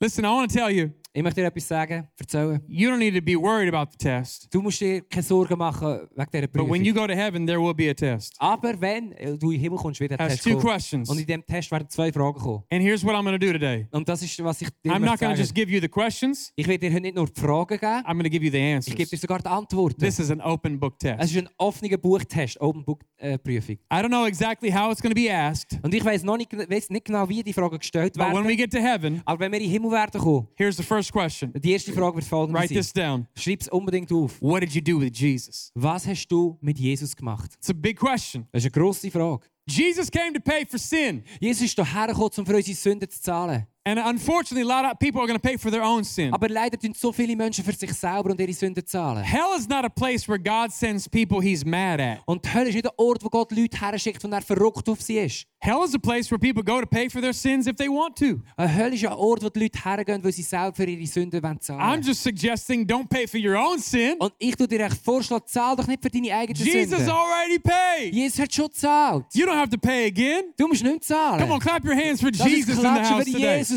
S1: Listen, I want to tell you,
S2: Ich möchte dir etwas sagen, erzählen.
S1: you don't need to be worried about the test.
S2: Du musst dir keine Sorgen machen wegen dieser
S1: But when
S2: Prüfung.
S1: you go to heaven, there will be a test.
S2: Aber wenn äh, du in den Himmel kommst, wird der
S1: Has
S2: Test
S1: two
S2: kommen.
S1: questions.
S2: Und in diesem Test werden zwei Fragen kommen.
S1: And here's what I'm going to do today
S2: Und das ist, was ich dir
S1: I'm
S2: möchte
S1: not going to
S2: sagen.
S1: just give you the questions,
S2: Ich werde dir heute nicht nur die Fragen geben,
S1: I'm going to give you the
S2: ich gebe dir
S1: answers.
S2: sogar die Antworten.
S1: This is an open book
S2: Es
S1: test.
S2: ist ein offener Buchtest, Open Book äh, Prüfung.
S1: I don't know exactly how it's going to be asked,
S2: Und ich weiß noch nicht, weiss nicht genau, wie die Fragen gestellt
S1: but when
S2: werden.
S1: we get to heaven,
S2: Aber wenn wir in den Himmel werden kommen,
S1: here's the first question.
S2: die erste Frage wird folgende
S1: Write this
S2: sein.
S1: down.
S2: Schreib es unbedingt auf.
S1: What did you do with Jesus?
S2: Was hast du mit Jesus gemacht?
S1: It's a big question.
S2: Das ist eine grosse Frage.
S1: Jesus came to pay for sin.
S2: Jesus ist hierher gekommen, um für unsere Sünden zu zahlen.
S1: And unfortunately, a lot of people are going to pay for their own sin.
S2: Aber leider tun so viele Menschen für sich selber und ihre Sünden zahlen.
S1: Hell is not a place where God sends people he's mad at.
S2: Und die Hölle ist nicht ein Ort, wo Gott Leute herschickt und er verrückt auf sie ist.
S1: Hell is a place where people go to pay for their sins if they want to.
S2: Eine Hölle ist ein Ort, wo die Leute hergehen, weil sie selber für ihre Sünden wollen zahlen
S1: I'm just suggesting don't pay for your own sin.
S2: Und ich tue dir echt vorschlagen, zahl doch nicht für deine eigenen
S1: Jesus oh!
S2: Sünden.
S1: already paid.
S2: Jesus hat schon gezahlt.
S1: You don't have to pay again.
S2: Du musst nicht zahlen.
S1: Come on, clap your hands for
S2: das
S1: Jesus
S2: ist
S1: in the
S2: Klatschen
S1: house
S2: für
S1: today.
S2: Jesus.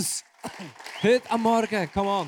S2: Heute am Morgen, come on.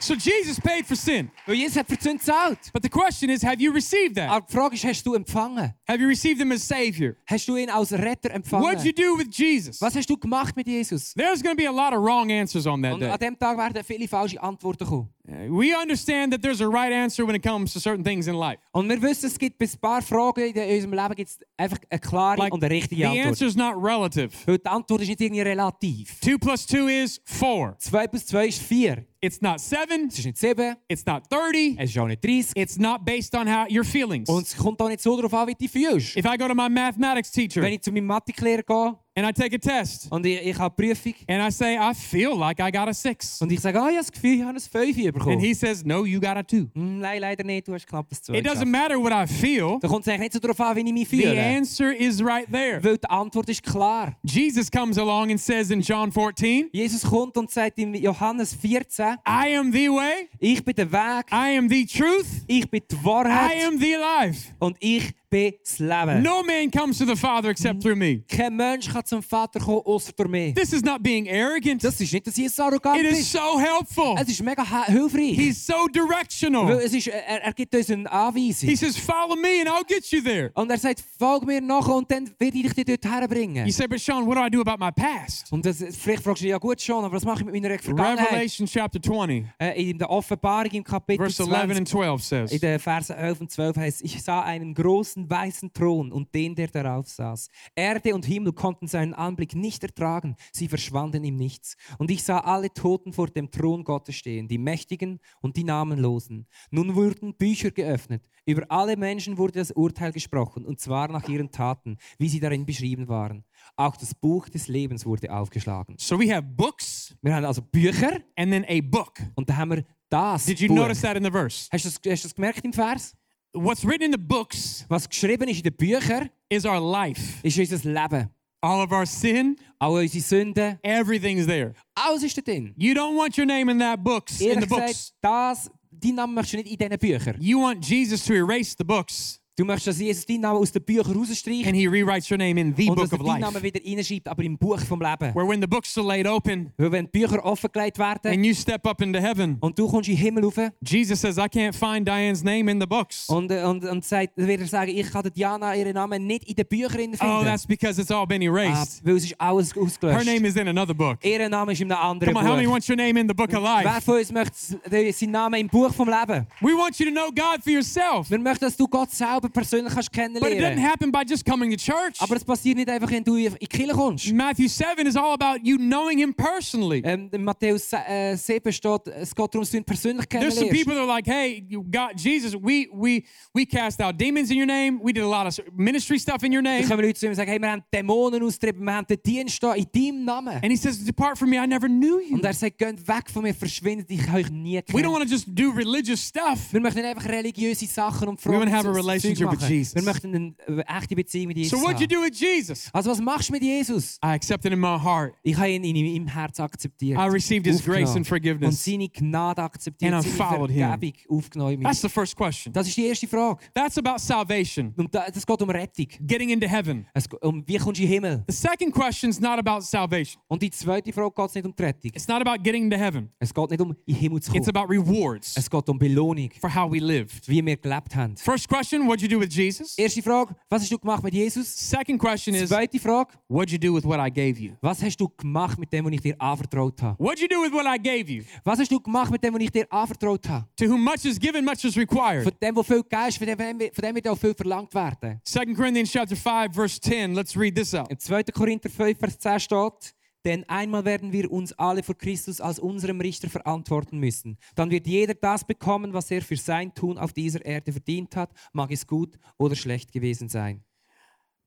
S1: So Jesus paid for sin.
S2: Weil Jesus hat für die Sünde gezahlt.
S1: But the question is, have you received that?
S2: Aber die Frage ist, hast du empfangen?
S1: Have you received him as Savior?
S2: Hast du ihn als Retter
S1: What'd you
S2: empfangen?
S1: do with Jesus?
S2: Was hast du gemacht mit Jesus?
S1: There's going to be a lot of wrong answers on that
S2: Und
S1: day. Uh,
S2: an dem Tag werden viele falsche Antworten kommen.
S1: We understand that there's a right answer when it comes to certain things in life.
S2: Und wir wissen, es gibt bei ein paar Fragen in unserem Leben gibt's einfach eine klare
S1: Like,
S2: und eine
S1: the
S2: richtige Antwort.
S1: answer's not relative.
S2: Weil die Antwort ist nicht irgendwie relativ.
S1: Two plus two is four.
S2: 2 plus 2 ist 4.
S1: It's not seven.
S2: Es ist nicht 7,
S1: It's not 30.
S2: es ist auch nicht 30.
S1: It's not based on how your feelings.
S2: Und es kommt auch nicht so darauf an, wie du dich fühlst.
S1: If I go to my mathematics
S2: Wenn
S1: teacher
S2: ich zu meinem Mathelehrer gehe
S1: and I take a test
S2: und ich, ich habe eine Prüfung
S1: and I say, I feel like I got a six.
S2: und ich sage, ah, ich habe das Gefühl, ich habe ein 5 hier bekommen.
S1: And he says, No, you got a two.
S2: Hm, Nein, leider nicht, du hast knapp ein 2
S1: It doesn't matter what I feel.
S2: Da kommt es eigentlich nicht so darauf an, wie ich mich
S1: The
S2: fühle.
S1: answer is right there.
S2: Weil die Antwort ist klar.
S1: Jesus comes along and says in John 14,
S2: Jesus kommt und sagt in Johannes 14,
S1: I am the way,
S2: ich bin der Weg,
S1: I am the truth,
S2: ich bin die
S1: I
S2: Wahrheit
S1: am the life.
S2: und ich bin das Leben.
S1: No man comes to the Father except through me.
S2: Kein Mensch kann zum Vater kommen, außer durch mich.
S1: This is not being arrogant. It
S2: Das ist nicht, dass Jesus arrogant
S1: is
S2: ist.
S1: so helpful.
S2: Es ist mega he- hilfreich.
S1: He's so
S2: Weil
S1: directional.
S2: es ist, er, er gibt uns eine Anweisung.
S1: He says, Follow me and I'll get you there.
S2: und er sagt, folge mir nach und dann werde ich dich dort herbringen.
S1: You say, But Sean, what do I do about my past?
S2: Und das, vielleicht fragst du dich, ja gut schon, aber was mache ich mit meiner Vergangenheit?
S1: Revelation chapter 20,
S2: Äh, in der Offenbarung im Kapitel
S1: verse 11 and
S2: 20,
S1: 12
S2: in
S1: says,
S2: den Versen 11 und 12 heißt ich sah einen großen weißen Thron und den, der darauf saß. Erde und Himmel konnten seinen Anblick nicht ertragen, sie verschwanden im Nichts. Und ich sah alle Toten vor dem Thron Gottes stehen, die Mächtigen und die Namenlosen. Nun wurden Bücher geöffnet. Über alle Menschen wurde das Urteil gesprochen, und zwar nach ihren Taten, wie sie darin beschrieben waren. Auch das Buch des Lebens wurde aufgeschlagen.
S1: So we have books
S2: Wir haben also Bücher
S1: and then a book.
S2: und da haben wir das
S1: Did you
S2: Buch.
S1: notice that in the verse?
S2: Hast du, das, hast du das gemerkt im Vers?
S1: What's written in the books
S2: Was geschrieben ist in den Büchern,
S1: is our life.
S2: ist unser Leben.
S1: All of our sin,
S2: Auch unsere Sünden,
S1: everything's there.
S2: alles ist da drin.
S1: You don't want your name in that books, in the
S2: Ehrlich
S1: books.
S2: gesagt, das, deinen Namen möchtest du nicht in diesen Büchern.
S1: You want Jesus to erase the books
S2: Du möchtest, dass Jesus deinen Namen aus den Büchern
S1: and
S2: rausstreicht
S1: he rewrites your name in the
S2: und dass
S1: book
S2: er
S1: of
S2: deinen
S1: life.
S2: Namen wieder reinschreibt, aber im Buch vom Leben.
S1: Where when the books are laid open
S2: Weil wenn die Bücher offengelegt werden
S1: and you step up into heaven,
S2: und du kommst in den Himmel rauf
S1: Jesus says, I can't find Diane's name in the books.
S2: und, äh, und, und sagt, dann wird er sagen, ich kann der Diana ihren Namen nicht in den Büchern finden.
S1: Oh, that's because it's all been
S2: ah,
S1: erased.
S2: weil es ist alles ausgelöscht.
S1: Her name is in another book.
S2: Ihr Name ist in einem anderen
S1: Come on, how many
S2: Buch.
S1: wants your name in the book of
S2: Wer
S1: life?
S2: von uns möchte s- de- seinen Namen im Buch vom Leben?
S1: We want you to know God for yourself.
S2: Wir möchten, dass du Gott selber persönlich kannst
S1: But it doesn't
S2: kennenlernen.
S1: happen by just coming to church.
S2: Aber es passiert nicht einfach, wenn du in die Kirche kommst.
S1: Matthew 7 is all about you knowing him personally.
S2: Ähm, in Matthäus se- äh, 7 steht, es geht darum, dass du ihn persönlich
S1: There's some
S2: kennenlernst.
S1: people that are like, hey, you got Jesus, we we we cast out demons in your name. We did a lot of ministry stuff in your
S2: Dann
S1: name.
S2: kommen Leute zu ihm und sagen, hey, wir haben Dämonen austrieben, wir haben den Dienst da in deinem Namen.
S1: And he says, Depart from me, I never knew you.
S2: Und er sagt, geht weg von mir, verschwindet, ich habe euch nie
S1: We don't
S2: kennen.
S1: want to just do religious stuff.
S2: Wir möchten nicht einfach religiöse Sachen und
S1: wanna
S2: Fragen
S1: have a relationship with Jesus.
S2: Wir möchten eine äh, echte Beziehung mit
S1: So
S2: Jesus
S1: what'd you
S2: haben.
S1: do with Jesus?
S2: Also was machst du mit Jesus?
S1: I accepted in my heart.
S2: Ich habe ihn in meinem Herz akzeptiert.
S1: I received his
S2: aufgenommen
S1: grace and
S2: Und
S1: forgiveness.
S2: seine Gnade akzeptiert,
S1: And I
S2: seine
S1: followed him.
S2: Vergebung aufgenommen.
S1: That's the first question.
S2: Das ist die erste Frage.
S1: That's about salvation,
S2: Und da- das geht um Rettung.
S1: getting into heaven.
S2: Es, geht um wie kommst du in den Himmel?
S1: The second question's not about salvation.
S2: Und die zweite Frage geht es nicht um die Rettung.
S1: It's not about getting into heaven.
S2: Es geht nicht um in den Himmel zu
S1: It's
S2: kommen.
S1: about rewards
S2: Es geht um Belohnung,
S1: for how we lived.
S2: wie wir gelebt haben.
S1: First question, what'd you do with Jesus?
S2: Erste Frage, was hast du gemacht mit Jesus?
S1: Second question is,
S2: Zweite Frage,
S1: what'd you do with what I gave you?
S2: was hast du gemacht mit dem, was ich dir anvertraut habe?
S1: What'd you do with what I gave you?
S2: Was hast du gemacht mit dem, was ich dir anvertraut habe?
S1: To whom much is given, much is required.
S2: Von dem, wo viel gegeben ist, von dem, von dem wird auch viel verlangt werden.
S1: Second Corinthians chapter 5, verse 10. Let's read this out.
S2: Im 2. Korinther 5, Vers 10 steht, denn einmal werden wir uns alle vor Christus als unserem Richter verantworten müssen. Dann wird jeder das bekommen, was er für sein Tun auf dieser Erde verdient hat, mag es gut oder schlecht gewesen sein.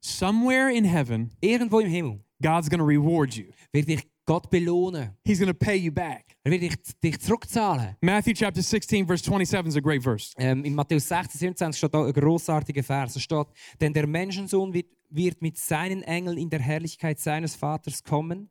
S1: Somewhere in heaven,
S2: Irgendwo im Himmel
S1: God's going to reward you.
S2: wird dich Gott belohnen.
S1: He's going to pay you back.
S2: Er wird dich, dich zurückzahlen.
S1: Matthew chapter 16, verse 27 is a great verse.
S2: Ähm, in Matthäus 16, 27 steht da ein großartiger Vers. Da steht, denn der Menschensohn wird, wird mit seinen Engeln in der Herrlichkeit seines Vaters kommen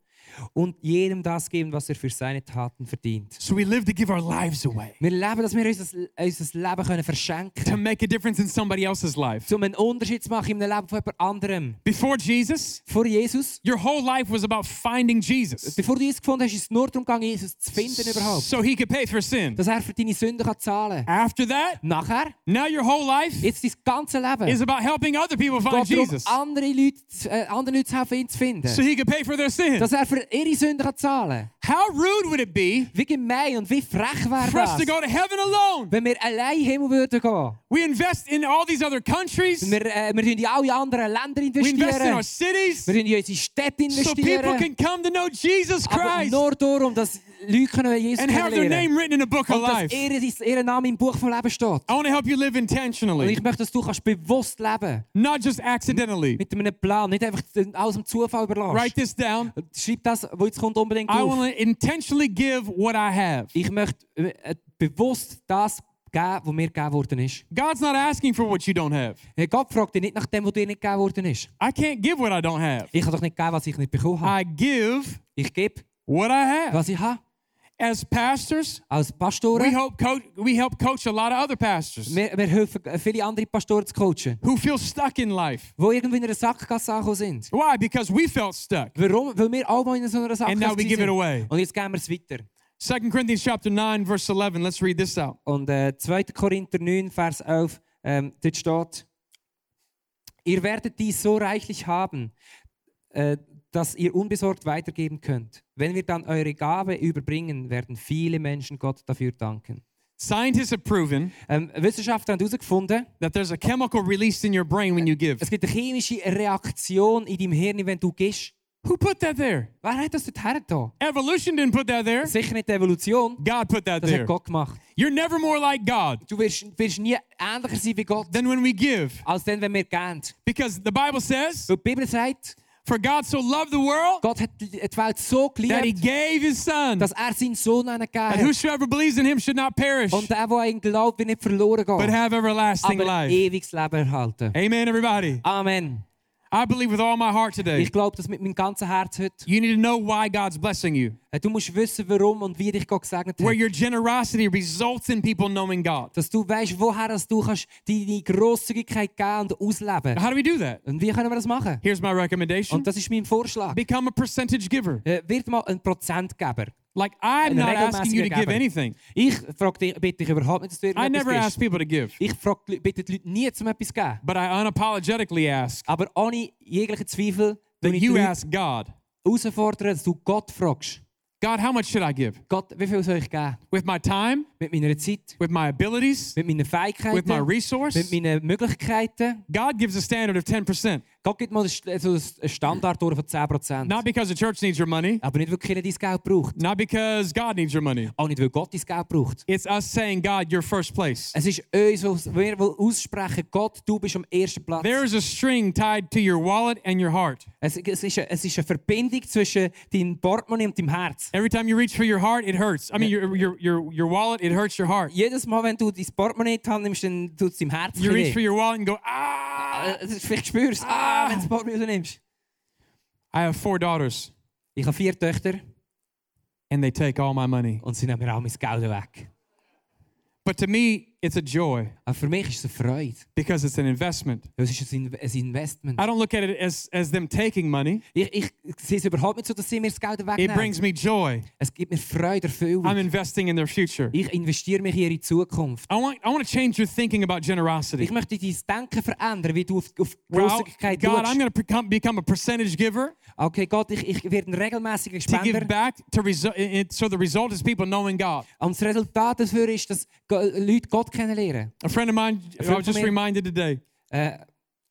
S2: und jedem das geben, was er für seine Taten verdient.
S1: So we live to give our lives away,
S2: Wir leben, dass wir unser, unser Leben können verschenken
S1: to
S2: können,
S1: make a difference in somebody else's life.
S2: um einen Unterschied zu machen im Leben von jemand anderem.
S1: Before Jesus,
S2: Vor Jesus,
S1: your whole life was about finding Jesus
S2: bevor du Jesus gefunden hast, ist es nur darum gegangen, Jesus zu finden überhaupt.
S1: so he could pay for sin.
S2: Dass er für deine Sünden kann zahlen kann.
S1: After that,
S2: Nachher,
S1: now your whole life
S2: jetzt dein ganze Leben,
S1: is
S2: geht
S1: about helping other people find
S2: darum,
S1: Jesus
S2: andere Leute, zu- äh, anderen Leute zu helfen, ihn zu finden.
S1: so he could pay for their sin.
S2: dass er für ihre Sünden kann zahlen kann.
S1: How rude would it be
S2: Wie gemein und wie frech wäre
S1: for us to
S2: das,
S1: go to heaven alone?
S2: wenn wir allein in den Himmel würden gehen.
S1: We invest in all these other countries,
S2: Wir, äh, wir tun in alle anderen Länder
S1: we invest in
S2: investieren.
S1: our cities,
S2: Wir tun in unsere Städte
S1: so people
S2: investieren.
S1: can come to know Jesus
S2: Aber
S1: Christ
S2: nur darum, dass Leute können Jesus
S1: and have their name
S2: kennenlernen
S1: written in the book of
S2: Und
S1: life.
S2: dass ihr, ihr Name im Buch vom Leben steht.
S1: I want to help you live
S2: Und ich
S1: intentionally,
S2: möchte, dass du kannst bewusst leben
S1: not just accidentally.
S2: mit einem Plan, nicht einfach alles dem Zufall
S1: Write
S2: überlassen.
S1: this down.
S2: Schreib das, wo jetzt kommt, unbedingt
S1: I
S2: auf.
S1: want to intentionally give what I have.
S2: Ich möchte äh, äh, bewusst das geben, was mir gegeben worden ist.
S1: God's not asking for what you don't have.
S2: Äh, Gott fragt dich nicht nach dem, was dir nicht gegeben worden ist.
S1: I can't give what I don't have.
S2: Ich kann doch nicht geben, was ich nicht bekommen habe.
S1: I give
S2: Ich gebe,
S1: what I have.
S2: was ich habe.
S1: As pastors,
S2: Als
S1: we
S2: Pastoren,
S1: help coach we help coach a lot of other pastors
S2: wir, wir helfen äh, viele andere Pastoren zu coachen,
S1: who feel stuck in life.
S2: die irgendwie in einer Sackgasse angekommen sind.
S1: Why? Because we felt stuck.
S2: Warum? Weil wir alle mal in so einer Sackgasse
S1: And now we give it away.
S2: sind. Und jetzt geben wir es weiter.
S1: 2 Corinthians chapter 9 verse 11. Let's read this out.
S2: Und äh, 2. Korinther 9, Vers 11, ähm, dort steht, ihr werdet dies so reichlich haben, äh, dass ihr unbesorgt weitergeben könnt. Wenn wir dann eure Gabe überbringen, werden viele Menschen Gott dafür danken.
S1: Scientists have proven
S2: Ähm, Wissenschaftler haben herausgefunden,
S1: that there's a chemical released in your brain when you give.
S2: es gibt eine chemische Reaktion in deinem Hirn, wenn du gibst.
S1: Who put that there?
S2: Wer hat das dort hergetan?
S1: Evolution didn't put that there.
S2: Sicher nicht die Evolution,
S1: God put that
S2: das
S1: there.
S2: hat Gott gemacht.
S1: You're never more like God
S2: Du wirst, wirst nie ähnlicher sein wie Gott,
S1: than when we give.
S2: als dann, wenn wir geben.
S1: Because the Bible says,
S2: Weil die Bibel sagt,
S1: For God so loved the world
S2: Gott hat die die Welt so
S1: that he
S2: geliebt,
S1: gave his son,
S2: dass er seinen Sohn
S1: that
S2: angegeben hat.
S1: whosoever believes in him should not perish,
S2: Und der, der an ihn glaubt, wird nicht verloren
S1: but
S2: gehen,
S1: have everlasting
S2: aber ein
S1: life.
S2: ewiges Leben erhalten.
S1: Amen, everybody.
S2: Amen.
S1: I believe with all my heart today,
S2: Ich glaube das mit meinem ganzen Herz heute.
S1: you need to know why God's blessing you,
S2: Äh, Du musst wissen, warum und wie dich Gott gesegnet
S1: where
S2: hat.
S1: your generosity results in people knowing God.
S2: Dass du weißt, woher dass du kannst deine Grosszügigkeit geben und ausleben
S1: How do we do that?
S2: Und wie können wir das machen?
S1: Here's my recommendation
S2: Und das ist mein Vorschlag.
S1: become a percentage giver.
S2: Äh, Wird mal ein Prozentgeber.
S1: Like, I'm
S2: Een
S1: not asking you to
S2: regelmäßiger
S1: give
S2: Geber.
S1: anything.
S2: Ich frag dich, bitte dich überhaupt nicht, dass du
S1: I never
S2: irgendetwas
S1: ask
S2: gibst.
S1: people to give,
S2: Ich frag, die Leu- bitte die Leute nie, zum etwas zu geben.
S1: but I unapologetically ask
S2: Aber ohne jeglichen Zweifel, wenn
S1: that
S2: ich
S1: you
S2: die Leute
S1: ask God,
S2: herausfordere, dass du Gott fragst.
S1: God, how much should I give?
S2: Gott, wie viel soll ich geben?
S1: With my time,
S2: Mit meiner Zeit,
S1: with my abilities,
S2: mit meinen
S1: with my
S2: Fähigkeiten,
S1: resource?
S2: mit meinen Möglichkeiten.
S1: God gives a standard of 10%.
S2: Gott gibt mal einen St- so einen Standard durch von 10%.
S1: Not because the church needs your money,
S2: Aber nicht, weil keiner dein Geld braucht.
S1: not because God needs your money.
S2: Auch nicht, weil Gott dein Geld braucht.
S1: It's us saying, God, you're first place.
S2: Es ist uns, was wir wollen aussprechen Gott, du bist am ersten Platz.
S1: There is a string tied to your wallet and your heart.
S2: Es, es, ist eine, es ist eine Verbindung zwischen deinem Portemonnaie und deinem Herz.
S1: Every time you reach for your heart, it hurts. I mean, your, your, your, your wallet, it hurts your heart.
S2: Jedes Mal, wenn du dein Portemonnaie in die Hand nimmst, dann tut es deinem Herz
S1: You reach for
S2: weh.
S1: your wallet and go, ah!
S2: Äh, es ist- Vielleicht spürst du es, ah, wenn du das Portemonnaie nimmst.
S1: I have four daughters,
S2: Ich habe vier Töchter
S1: and they take all my money.
S2: und sie nehmen mir all mein Geld weg.
S1: But to me, it's a joy
S2: Aber für mich ist es eine Freude.
S1: because it's an investment.
S2: Es ist ein, In- ein Investment.
S1: I don't look at it as, as them taking money,
S2: Ich, ich sehe es überhaupt nicht so, dass sie mir das Geld
S1: it
S2: wegnehmen.
S1: brings me Ah, joy.
S2: Es gibt mir Freude,
S1: I'm
S2: Erfüllung.
S1: investing in their future.
S2: Ich investiere mich in ihre Zukunft.
S1: I want, I want to change your thinking about generosity.
S2: Ich möchte dein Denken verändern, wie du auf, auf
S1: Well,
S2: Großzügigkeit
S1: God, I'm
S2: schaust.
S1: going to become, become a percentage giver
S2: Okay, Gott, ich, ich werde ein regelmäßiger
S1: to give
S2: Spender.
S1: back to resu- it, so the result is people knowing God.
S2: Und das Resultat dafür ist, dass Go- Leute Gott kennenlernen.
S1: A friend of mine,
S2: friend
S1: I was
S2: van
S1: just
S2: mij-
S1: reminded today.
S2: Äh,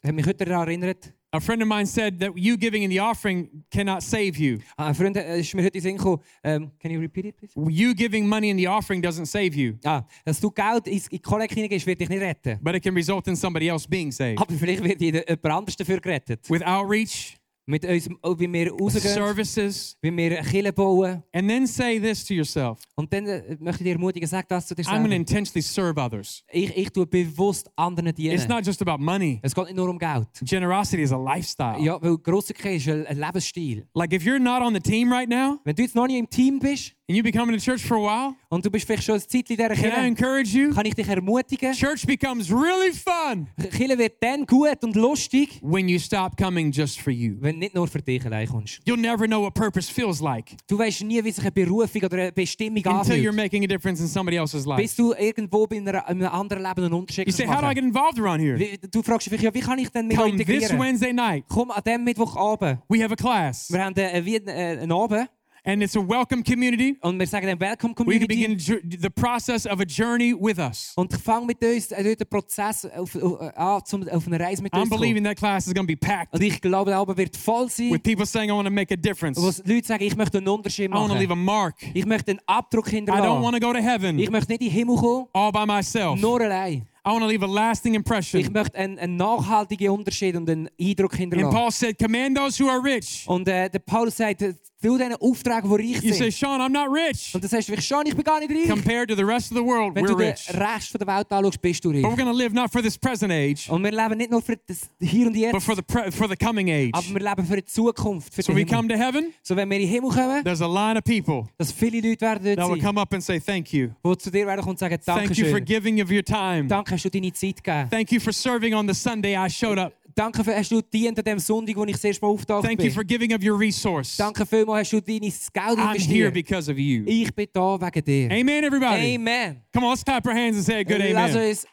S2: hat mich heute daran erinnert.
S1: A friend of mine said that you giving in the offering cannot save you.
S2: Ah, ein Freund äh, ist mir heute in den Sinn gekommen. Ähm, can you repeat it, please?
S1: You giving money in the offering doesn't save you,
S2: Ah, dass du Geld ins- in die Kollekte hineingibst, wird dich nicht retten.
S1: but it can result in somebody else being saved.
S2: Aber vielleicht wird jeder- jemand anders dafür gerettet.
S1: With outreach,
S2: Mit unserem, oh, wie wir rausgehen,
S1: services,
S2: wie wir eine Kirche bauen.
S1: and then say this to yourself
S2: Und dann äh, möchte ich dir ermutigen, sag das zu dir
S1: I'm going to
S2: selber.
S1: intentionally serve others.
S2: Ich, ich tue bewusst anderen
S1: It's
S2: dienen.
S1: not just about money,
S2: Es geht nicht nur um Geld.
S1: generosity is a lifestyle.
S2: Ja, weil Grosszügigkeit ist ein, ein Lebensstil.
S1: Like if you're not on the team right now
S2: Wenn du jetzt noch nicht im Team bist
S1: and you've been coming to church for a while,
S2: und du bist vielleicht schon ein Zeit in dieser
S1: can I
S2: Kirche,
S1: encourage you?
S2: kann ich dich ermutigen.
S1: Church becomes really fun
S2: Kirche wird dann gut und lustig,
S1: when you stop coming just for you.
S2: wenn nicht nur für dich allein kommst.
S1: You'll never know what purpose feels like
S2: Du weißt nie, wie sich eine Berufung oder eine Bestimmung
S1: until you're
S2: anfühlt.
S1: making a difference in somebody else's life.
S2: Bis du irgendwo in, einer, in einem anderen Leben einen Unterschied
S1: You say, How do I
S2: machen
S1: get involved around here?
S2: Wie- Du fragst dich, ja, wie kann ich denn mich noch
S1: Come this
S2: integrieren?
S1: Wednesday night,
S2: Komm an diesem Mittwochabend.
S1: we have a class,
S2: Wir haben äh, wie, äh, einen Abend
S1: and it's a welcome community.
S2: und wir sagen dann Welcome
S1: We can
S2: Community.
S1: begin ju- the process of a journey with us.
S2: Und fang mit uns äh, dort den Prozess auf, auf, äh, an, zum, auf eine Reise mit
S1: I'm
S2: uns zu kommen.
S1: believing that class is going to be packed
S2: Und ich glaube, der Abend wird voll sein,
S1: with people saying, I want to make a difference.
S2: wo Leute sagen, ich möchte einen Unterschied
S1: I want to leave a
S2: machen.
S1: mark.
S2: Ich möchte einen Abdruck
S1: I don't want
S2: hinterlassen.
S1: to go to
S2: Ich
S1: heaven
S2: möchte nicht in den Himmel kommen,
S1: all by myself.
S2: nur allein.
S1: I want to leave a lasting
S2: Ich
S1: impression.
S2: möchte einen, einen nachhaltigen Unterschied und einen Eindruck
S1: And
S2: hinterlassen.
S1: Paul said, Command those who are rich.
S2: Und äh, der Paulus sagt, äh, du diesen Auftrag, die reich
S1: You say,
S2: sind.
S1: Sean, I'm not rich.
S2: Und dann sagst du vielleicht schon, ich bin gar nicht reich.
S1: Compared to the rest of the world,
S2: Wenn
S1: we're
S2: du den
S1: rich.
S2: Rest von der Welt anschaust, bist du
S1: But we're
S2: reich.
S1: going to live not for this present age,
S2: Und wir leben nicht nur für das Hier und
S1: but
S2: Jetzt,
S1: for the, pre- for the coming age.
S2: aber wir leben für die Zukunft, für
S1: So
S2: den
S1: we
S2: Himmel.
S1: come to heaven,
S2: So wenn wir in den Himmel kommen,
S1: there's a line of people
S2: dass viele Leute werden
S1: that
S2: dort
S1: will
S2: sein,
S1: come up and say, Thank you.
S2: die zu dir werden kommen und sagen,
S1: Thank you for
S2: Dankeschön.
S1: giving of your time.
S2: Danke, hast du deine Zeit gegeben.
S1: Thank you for serving on the Sunday I showed up.
S2: Danke, für, hast du dient an dem Sonntag, wo ich das erste Mal auftaucht
S1: Thank you
S2: bin.
S1: for giving of your resource.
S2: Danke vielmals, hast du dein Geld
S1: I'm here
S2: investiert.
S1: because of you.
S2: Ich bin da wegen dir.
S1: Amen, everybody.
S2: Amen.
S1: Come on, let's clap our hands and say a good
S2: Lass
S1: amen.
S2: uns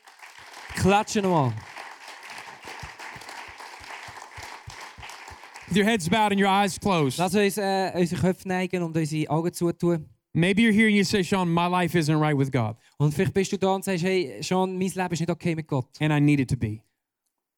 S2: klatschen nochmal.
S1: With your heads bowed and your eyes closed.
S2: Lass uns äh, unsere Köpfe neigen und unsere Augen zutun.
S1: Maybe you're here and you say, Sean, my life isn't right with God,
S2: Und vielleicht bist du da und sagst, hey, Sean, mein Leben ist nicht okay mit Gott.
S1: and I need it to be.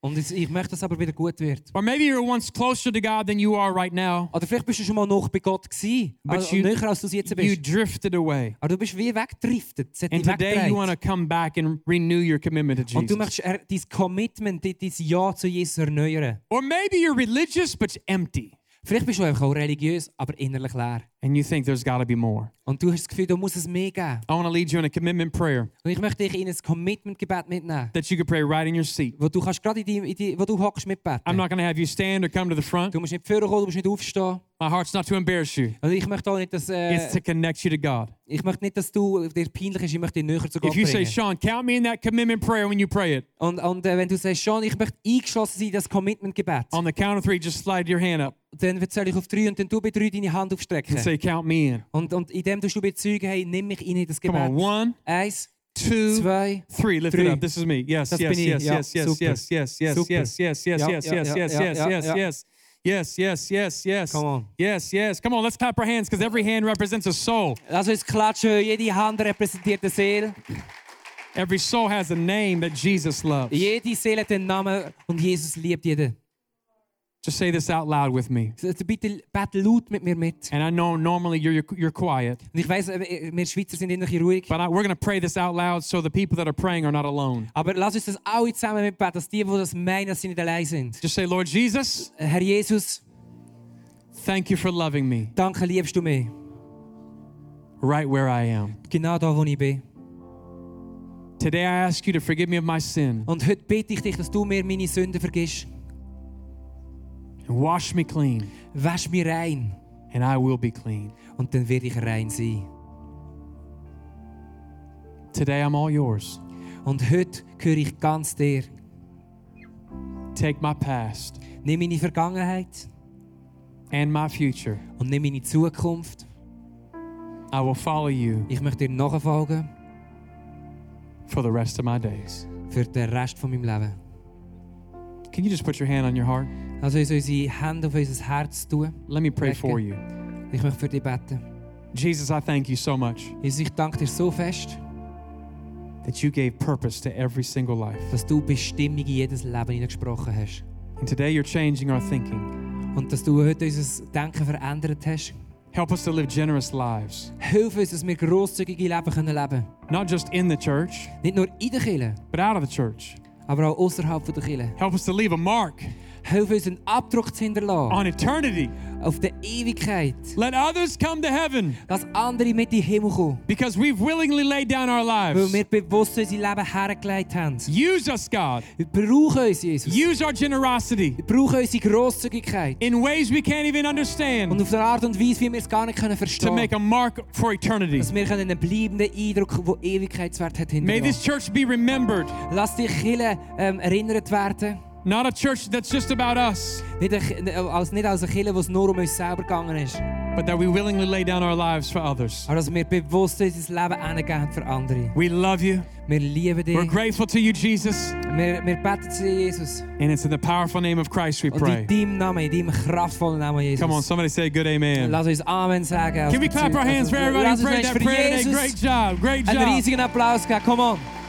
S2: Und es- ich möchte, dass es aber wieder gut wird.
S1: Or maybe you're once closer to God than you are right now,
S2: Oder vielleicht bist du schon mal noch bei Gott gewesen,
S1: But
S2: also,
S1: you-
S2: näher als du es jetzt
S1: you
S2: bist.
S1: drifted away.
S2: Aber du bist wie weggedriftet. Es hat
S1: And
S2: dich
S1: today you want to
S2: weggedreht.
S1: come back and renew your commitment to
S2: Und du
S1: Jesus.
S2: möchtest er- dein Commitment, dein dein Ja zu Jesus erneuern.
S1: Or maybe you're religious but empty,
S2: Vielleicht bist du einfach auch religiös, aber innerlich leer.
S1: and you think there's got to be more.
S2: Und du hast das Gefühl, da muss es mehr geben.
S1: I want to lead you in a commitment prayer
S2: Und ich möchte dich in ein Commitment-Gebet mitnehmen,
S1: that you could pray right in your seat.
S2: wo du kannst gerade in die, in die wo du hockst
S1: I'm
S2: mitbeten.
S1: not going to have you stand or come to the front.
S2: Du musst nicht vorkommen, du musst nicht aufstehen.
S1: My heart's not to embarrass you.
S2: Also ich möchte auch nicht, dass
S1: It's to
S2: äh,
S1: connect you to God.
S2: ich möchte nicht, dass du dir peinlich ist. Ich möchte dich näher zu Gott
S1: If you say,
S2: bringen.
S1: Sean, count me in that commitment prayer when you pray it,
S2: Und, und äh, wenn du sagst, Sean, ich möchte eingeschlossen sein in das Commitment-Gebet,
S1: on the count of three, just slide your hand up
S2: dann erzähle ich auf drei und dann du bei drei deine Hand
S1: and
S2: aufstrecken.
S1: say, count me in.
S2: Und, und in dem tust du bezeugen, hey, nimm mich rein in das
S1: Come on,
S2: Gebet.
S1: one,
S2: Eins,
S1: two,
S2: zwei,
S1: three. Lift it
S2: Three.
S1: up. This is me. Yes,
S2: Das
S1: yes,
S2: bin ich.
S1: yes,
S2: Ja,
S1: yes, yes,
S2: super.
S1: yes, yes, yes,
S2: Super.
S1: yes, yes, yes,
S2: Ja,
S1: yes,
S2: ja,
S1: yes, yes,
S2: ja, ja,
S1: yes,
S2: ja,
S1: yes,
S2: ja.
S1: yes. Yes, yes, yes, yes.
S2: Come on.
S1: Yes, yes. Come on, let's clap our hands because every hand represents a soul.
S2: lass uns klatschen. Jede Hand repräsentiert eine Seele.
S1: Every soul has a name that Jesus loves.
S2: Jede Seele hat einen Namen und Jesus liebt jeden.
S1: Just say this out loud with me.
S2: So, Bitte bete laut mit mir mit.
S1: And I know normally you're, you're, you're quiet,
S2: Und ich weiß, äh, wir Schweizer sind innerlich ruhig.
S1: but I, we're going to pray this out loud so the people that are praying are not alone.
S2: Aber lass uns das alle zusammen mitbeten, dass die, die das meinen, dass sie nicht allein sind.
S1: Just say, Lord Jesus,
S2: Herr Jesus,
S1: thank you for loving me
S2: danke liebst du mich.
S1: right where I am.
S2: Genau da, wo ich bin.
S1: Today I ask you to forgive me of my sin
S2: Und heute bitte ich dich, dass du mir meine Sünden vergisst.
S1: and wash me clean,
S2: Wasch mich rein
S1: and I will be clean.
S2: und dann werde ich rein sein.
S1: Today I'm all yours.
S2: Und heute gehöre ich ganz dir.
S1: Take my past
S2: Nimm meine Vergangenheit
S1: and my future.
S2: und nimm meine Zukunft.
S1: I will follow you
S2: Ich möchte dir nachfolgen
S1: for the rest of my days.
S2: für den Rest von meinem Leben.
S1: Can you just put your hand on your heart?
S2: Also uns unsere Hände auf unser Herz tun.
S1: Let me pray
S2: Thank
S1: for you.
S2: you. Ich möchte für dich beten.
S1: Jesus, I thank you so much
S2: Jesus, ich danke dir so fest,
S1: that you gave purpose to every single life.
S2: dass du Bestimmung in jedes Leben hineingesprochen hast.
S1: And today you're changing our thinking.
S2: Und dass du heute unser Denken verändert hast.
S1: Help us to live generous lives,
S2: Hilf uns, dass wir grosszügige Leben können leben
S1: not just in the church,
S2: Nicht nur in der Kirche,
S1: but out of the church.
S2: aber auch außerhalb der Kirche.
S1: Help us to leave a mark
S2: Hilf uns, einen Abdruck zu hinterlassen
S1: on eternity.
S2: auf der Ewigkeit.
S1: Let others come to heaven
S2: Dass andere mit in den Himmel kommen,
S1: because we've willingly laid down our
S2: weil
S1: lives.
S2: wir bewusst unser Leben hergelegt haben.
S1: Use us, God.
S2: Wir brauchen uns, Jesus. Wir
S1: Use our generosity
S2: brauchen unsere Grosszügigkeit.
S1: in ways we can't even
S2: Und
S1: understand
S2: auf eine Art und Weise, wie wir es gar nicht können
S1: to
S2: verstehen
S1: make a mark for eternity.
S2: Dass wir können einen bleibenden Eindruck, der Ewigkeitswert hat,
S1: May this
S2: hinterlassen
S1: church be remembered,
S2: Lass dich Kirche ähm, erinnert werden.
S1: not a church that's just about us,
S2: Nicht, eine- als, nicht als eine Kirche, wo es nur um uns selber gegangen ist.
S1: but that we willingly lay down our lives for others.
S2: Aber dass wir bewusst unser Leben angeben für andere.
S1: We love you.
S2: Wir lieben dich.
S1: We're grateful to you, Jesus.
S2: Wir, wir beten zu dir, Jesus.
S1: And it's in the powerful name of Christ we
S2: Und in
S1: pray.
S2: deinem Namen, in deinem kraftvollen Namen, Jesus.
S1: Come on, somebody say a good amen.
S2: Lass uns Amen sagen.
S1: Can we clap our hands for everybody
S2: Lass
S1: who
S2: uns
S1: prayed
S2: eins
S1: that
S2: für
S1: prayer today?
S2: Jesus
S1: Great job. Great
S2: einen
S1: job.
S2: riesigen Applaus geben. Come on.